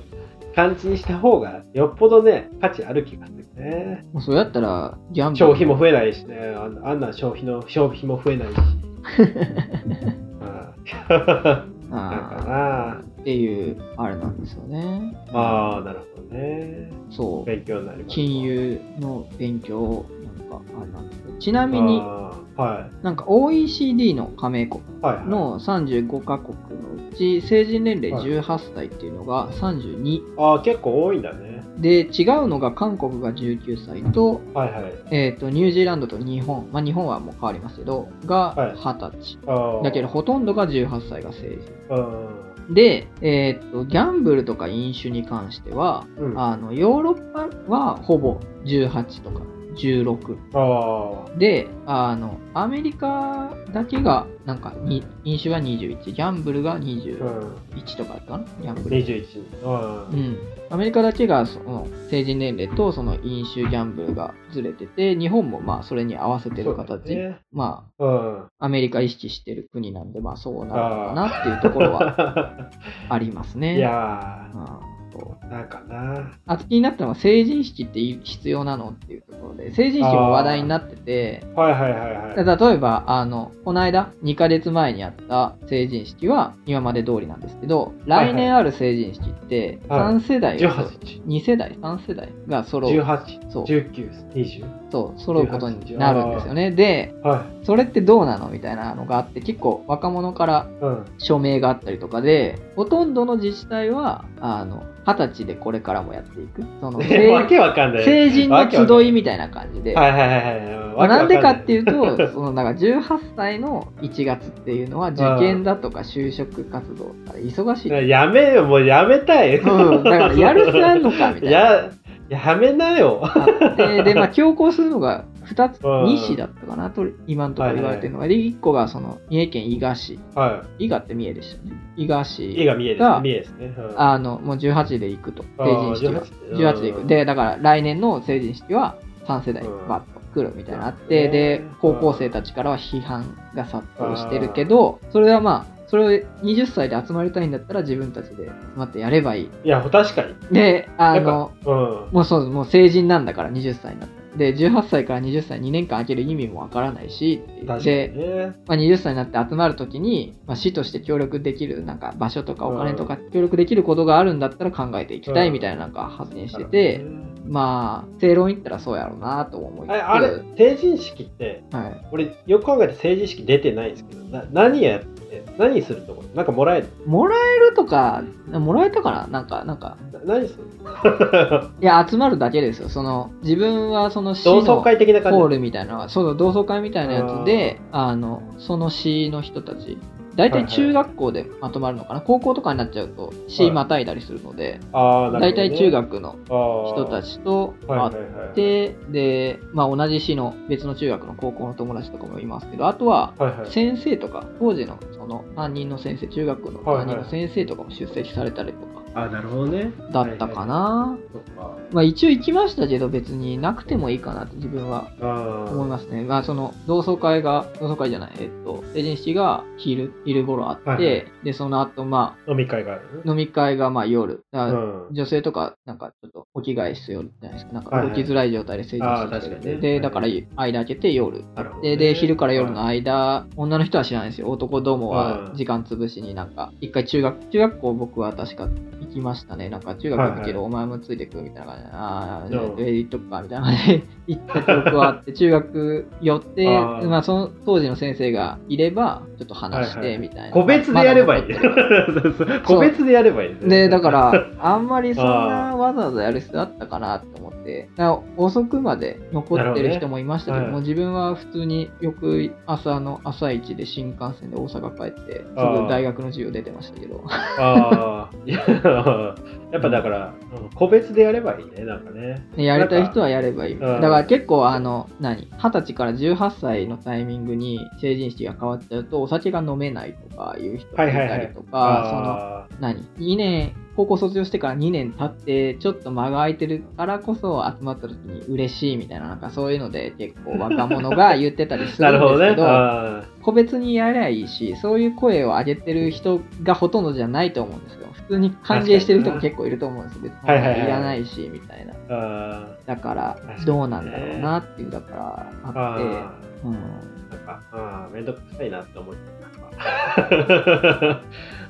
Speaker 1: 感じにした方がよっぽどね価値ある気がするね
Speaker 2: もうそうやったら、ギャンブル。
Speaker 1: 消費も増えないしねあんあんなん消費の消費も増えない
Speaker 2: <laughs>
Speaker 1: しうんなんか
Speaker 2: あ
Speaker 1: な
Speaker 2: ーっていう、あれなんですよね。
Speaker 1: まあなるほどね
Speaker 2: そう。
Speaker 1: 勉強になります
Speaker 2: 金融の勉強なんかあれなんですけどちなみに
Speaker 1: あーはい
Speaker 2: なんか OECD の加盟国
Speaker 1: はいはい
Speaker 2: の35カ国のうち成人年齢
Speaker 1: はい
Speaker 2: 18歳っていうのが32
Speaker 1: あー結構多いんだね
Speaker 2: で違うのが韓国が19歳と,、
Speaker 1: はいはい
Speaker 2: えー、とニュージーランドと日本、まあ、日本はもう変わりますけど
Speaker 1: はい
Speaker 2: が20歳
Speaker 1: あー
Speaker 2: だけどほとんどが18歳が成人
Speaker 1: うん
Speaker 2: で、えー、とギャンブルとか飲酒に関しては
Speaker 1: うんあ
Speaker 2: あのヨーロッパはほぼ18とか16
Speaker 1: あ
Speaker 2: であのアメリカだけがなんかに飲酒は21ギャンブルが
Speaker 1: う
Speaker 2: 21
Speaker 1: ん
Speaker 2: とかかなギャンブル、
Speaker 1: 21う
Speaker 2: うんん、アメリカだけがその成人年齢とその飲酒ギャンブルがずれてて日本もまあそれに合わせてる
Speaker 1: そうだ
Speaker 2: 形、
Speaker 1: ね
Speaker 2: まあ
Speaker 1: うん
Speaker 2: アメリカ意識してる国なんでまあそうなるのかなっていうところはあります
Speaker 1: <laughs>
Speaker 2: ね
Speaker 1: いやー
Speaker 2: うんそう
Speaker 1: なんかな。
Speaker 2: あと気になったのは成人式って必要なのっていうところで成人式も話題になってて
Speaker 1: はいはいはいはい。
Speaker 2: 例えばあのこの間2ヶ月前にあった成人式は今まで通りなんですけど来年ある成人式って
Speaker 1: はい
Speaker 2: 3世代、
Speaker 1: 十八、
Speaker 2: 2世代3世代が揃
Speaker 1: 十
Speaker 2: う
Speaker 1: 八、
Speaker 2: そう
Speaker 1: 十九、二十。
Speaker 2: そう揃うことになるんですよねで
Speaker 1: は
Speaker 2: それってどうなのみたいなのがあって結構若者から
Speaker 1: い。うん。
Speaker 2: 署名があったりとかでほとんどの自治体はあの二十歳でこれからもやっていくその
Speaker 1: えわけわかんない。
Speaker 2: 成人の
Speaker 1: わけわかん
Speaker 2: 集
Speaker 1: ない
Speaker 2: みたいな感じで、
Speaker 1: い。はいはいはいはいうん。
Speaker 2: まあ
Speaker 1: わけ
Speaker 2: な
Speaker 1: わか
Speaker 2: んでか
Speaker 1: い
Speaker 2: っていうと <laughs> そのなんか18歳の1月っていうのは受験だとか就職活動とかで忙しい、う
Speaker 1: やめよ、もうやめたい。
Speaker 2: ん、だからやる気あんのかみたい
Speaker 1: <laughs>
Speaker 2: な
Speaker 1: や、やめなよ。
Speaker 2: あってで、まあ、強行するのが2つ
Speaker 1: うん
Speaker 2: 2市だったかなと今のところ言われてるのが、で1個がその三重県伊賀市
Speaker 1: は
Speaker 2: 伊賀って三重でしたね伊賀
Speaker 1: い。
Speaker 2: 市
Speaker 1: 家が見えですね。
Speaker 2: が
Speaker 1: 見えですね。うん
Speaker 2: あのもう18で行くと成人式は
Speaker 1: あー
Speaker 2: 18で行く。で、だから来年の成人式は3世代
Speaker 1: うん
Speaker 2: バッと来るみたいなのあっ
Speaker 1: う
Speaker 2: て、
Speaker 1: ん
Speaker 2: で
Speaker 1: うん、
Speaker 2: 高校生たちからは批判が殺到してるけど、それはまあ、それを20歳で集まりたいんだったら自分たちで集まってやればいい。
Speaker 1: いや、確かに。
Speaker 2: で、あ
Speaker 1: なん
Speaker 2: の
Speaker 1: か、うん。
Speaker 2: もうそう、もう成人なんだから20歳になって。で、18歳から20歳2年間空ける意味もわからないし、
Speaker 1: 確かに
Speaker 2: で、
Speaker 1: ね。
Speaker 2: まあ、20歳になって集まるときに、まあ、市として協力できるなんか場所とかお金とか協力できることがあるんだったら考えていきたいみたいななんか発言してて、まあ正論言ったらそうやろうなとも思い
Speaker 1: あ
Speaker 2: つつ
Speaker 1: れ、あれ成人式って、
Speaker 2: はい、
Speaker 1: 俺、よく考えて成人式出てないんですけど、な何やって、何するとこなんかもらえる
Speaker 2: もらえるとかもらえたかななんかなんか
Speaker 1: な何する
Speaker 2: <laughs> いや集まるだけですよその自分はその市
Speaker 1: 同窓
Speaker 2: の
Speaker 1: 会的な感じ
Speaker 2: ホールみたいなのはその同窓会みたいなやつであのその市の人たち大体中学校でまとまるのかな、高校とかになっちゃうと市またいだりするので、
Speaker 1: あーなるほ
Speaker 2: 大
Speaker 1: どね
Speaker 2: 体中学の人
Speaker 1: 人
Speaker 2: たちと
Speaker 1: はい
Speaker 2: 会
Speaker 1: は
Speaker 2: っ
Speaker 1: いはい、
Speaker 2: て、で、まあ、同じ市の別の中学の高校の友達とかもいますけどあとは
Speaker 1: はいはい、
Speaker 2: 先生とか当時のその担任の先生中学校の担任の先生とかも出席されたりとか
Speaker 1: あなるほどね
Speaker 2: だったかな、
Speaker 1: そっか
Speaker 2: まあ、一応行きましたけど別になくてもいいかなって自分は
Speaker 1: あ
Speaker 2: 思
Speaker 1: ー
Speaker 2: いますね、まあその同窓会が同窓会じゃないえっと成人式が昼昼頃あって、
Speaker 1: はいは
Speaker 2: でその後ま
Speaker 1: 飲み会がある
Speaker 2: あ飲み会がまあ夜だから
Speaker 1: うん
Speaker 2: 女性とか、なんかちょっとお着替え必要じゃないですか。なん
Speaker 1: はい
Speaker 2: か
Speaker 1: はい
Speaker 2: 動きづらい状態で成人式され
Speaker 1: あー確
Speaker 2: る
Speaker 1: かにね
Speaker 2: で、
Speaker 1: はい
Speaker 2: だから間開けて夜
Speaker 1: なるほどね
Speaker 2: で。で、昼から夜の間、女の人は知らないですよ。男どもは
Speaker 1: うん
Speaker 2: 時間潰しになんか、一回中学、中学校僕は確か行きましたね。なんか中学行くけど、お前もついてくみたいな感じで、ああ、じゃあ
Speaker 1: うん
Speaker 2: 上行っとくかみたいな感じで <laughs> 行った記憶はあって、中学寄って、
Speaker 1: あー
Speaker 2: まあその当時の先生がいれば、ちょっと話し
Speaker 1: はいは
Speaker 2: て
Speaker 1: い
Speaker 2: みたいな。
Speaker 1: 個別でやればいい、
Speaker 2: まだ残ってるか
Speaker 1: <laughs>
Speaker 2: ら
Speaker 1: 個別でやればいいね
Speaker 2: で、だ <laughs> から、あんまりそんなわざわざやる必要あったかなと思って、だから遅くまで残ってる人もいましたけど、
Speaker 1: なる
Speaker 2: も
Speaker 1: ほ
Speaker 2: う自分は普通によく朝の朝一で新幹線で大阪帰って、すぐ
Speaker 1: あー
Speaker 2: 大学の授業出てましたけど、 <laughs>
Speaker 1: あーいややっぱだから、うん個別でやればいいねなんかね
Speaker 2: でやりたい人はやればいい。だ
Speaker 1: なんか
Speaker 2: から結構、あの、何、二十歳から18歳のタイミングに成人式が変わっちゃうと、お酒が飲めないとかいう人がいたりとか、
Speaker 1: あ
Speaker 2: その、何、2年、高校卒業してから2年経って、ちょっと間が空いてるからこそ集まった時に嬉しいみたいな、なんかそういうので結構若者が言ってたりす
Speaker 1: <laughs> な
Speaker 2: るん
Speaker 1: るほど
Speaker 2: です
Speaker 1: ね
Speaker 2: けど、
Speaker 1: あ
Speaker 2: 個別にやりゃいいし、そういう声を上げてる人がほとんどじゃないと思うんですよ。普通に歓迎してる人も結構いると思うんですよ。別に
Speaker 1: はいはいはい
Speaker 2: らないし、みたいな。
Speaker 1: ーあ
Speaker 2: だから
Speaker 1: 確かにね
Speaker 2: どうなんだろうなっていうだから
Speaker 1: ー
Speaker 2: あ
Speaker 1: あー
Speaker 2: って、うん、
Speaker 1: なんか、ああ、めんどくさいなって思ってた。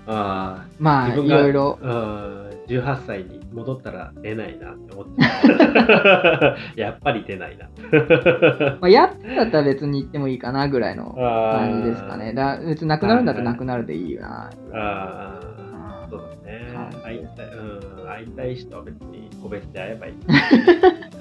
Speaker 1: <laughs> あ
Speaker 2: まあ
Speaker 1: 自
Speaker 2: い
Speaker 1: 分が
Speaker 2: ろいろ
Speaker 1: あ、うん、18歳に戻ったら出ないなって思ってた。 <laughs> やっぱり出ないな。
Speaker 2: まあ、やってたったら別に行ってもいいかなぐらいの
Speaker 1: あー
Speaker 2: 感じですかね。だ別になくなるんだったら
Speaker 1: はいはい
Speaker 2: なくなるでいいよ
Speaker 1: あ
Speaker 2: な。
Speaker 1: あ、そうだね。会いたい、うん、会いたい人は別に個別で会えばいい。 <laughs> い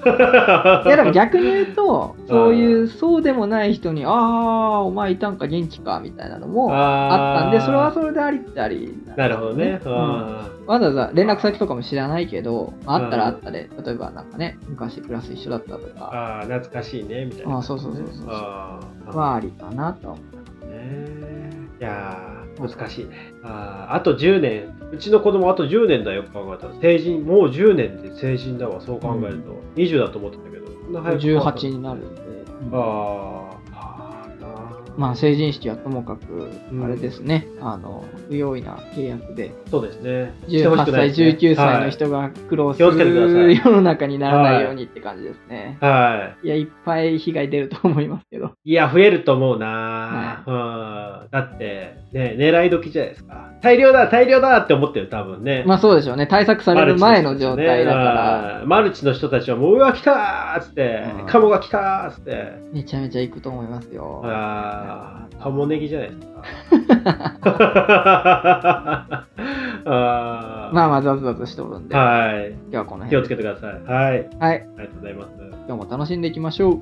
Speaker 2: <laughs> いやでも逆に言うと
Speaker 1: ん
Speaker 2: そういうそうでもない人に「ああお前いたんか元気か」みたいなのもあったんでそれはそれでありってあり
Speaker 1: なるほどね。
Speaker 2: うん
Speaker 1: あ
Speaker 2: わざわざ連絡先とかも知らないけどまああったらあったで例えばなんかね昔クラス一緒だったと
Speaker 1: あ
Speaker 2: か
Speaker 1: ああ、懐かしいね、みたいな。
Speaker 2: ああそうそうそうそうそう
Speaker 1: ああ。
Speaker 2: はありかなとは思う
Speaker 1: ねいやー難しいねあーあと10年うちの子供あと10年だよ考えたら成人もう10年で成人だわそう考えると、20だと思ってたけどそんな早く
Speaker 2: 18になるんで、
Speaker 1: あ
Speaker 2: うん
Speaker 1: ーあーな
Speaker 2: まあ、成人式はともかく
Speaker 1: う、ん
Speaker 2: あれですね、あの、不用意な契約で、
Speaker 1: そうですね。してほし
Speaker 2: 18
Speaker 1: くない
Speaker 2: 歳、
Speaker 1: ですね
Speaker 2: 19歳の。人が苦労す
Speaker 1: 気をつけてくださ
Speaker 2: る
Speaker 1: い
Speaker 2: 世の中にならないようにって感じですね。
Speaker 1: はい。はい
Speaker 2: や、いっぱい被害出ると思いますけど。
Speaker 1: い。いや、増えると思うな、うん。だって、ね、狙い時じゃないですか。大量だ、大量だって思ってる、多分ね。
Speaker 2: まあそうでしょうね。対策される前の状態だから、
Speaker 1: ら。マルチの人たちはもう、うわ、来たーっつって
Speaker 2: うん、
Speaker 1: カモが来たーっつって、
Speaker 2: めちゃめちゃ行くと思いますよ。
Speaker 1: ああ、カモネギじゃないですか。<laughs>
Speaker 2: <laughs>
Speaker 1: あー
Speaker 2: まあまあ、ザズザズしておるんで、今
Speaker 1: はい。
Speaker 2: 日はこの
Speaker 1: 気を
Speaker 2: 辺
Speaker 1: つ
Speaker 2: で。
Speaker 1: けてください。はい。
Speaker 2: はい、
Speaker 1: ありがとうございます。
Speaker 2: 今日も楽しんでいきましょう。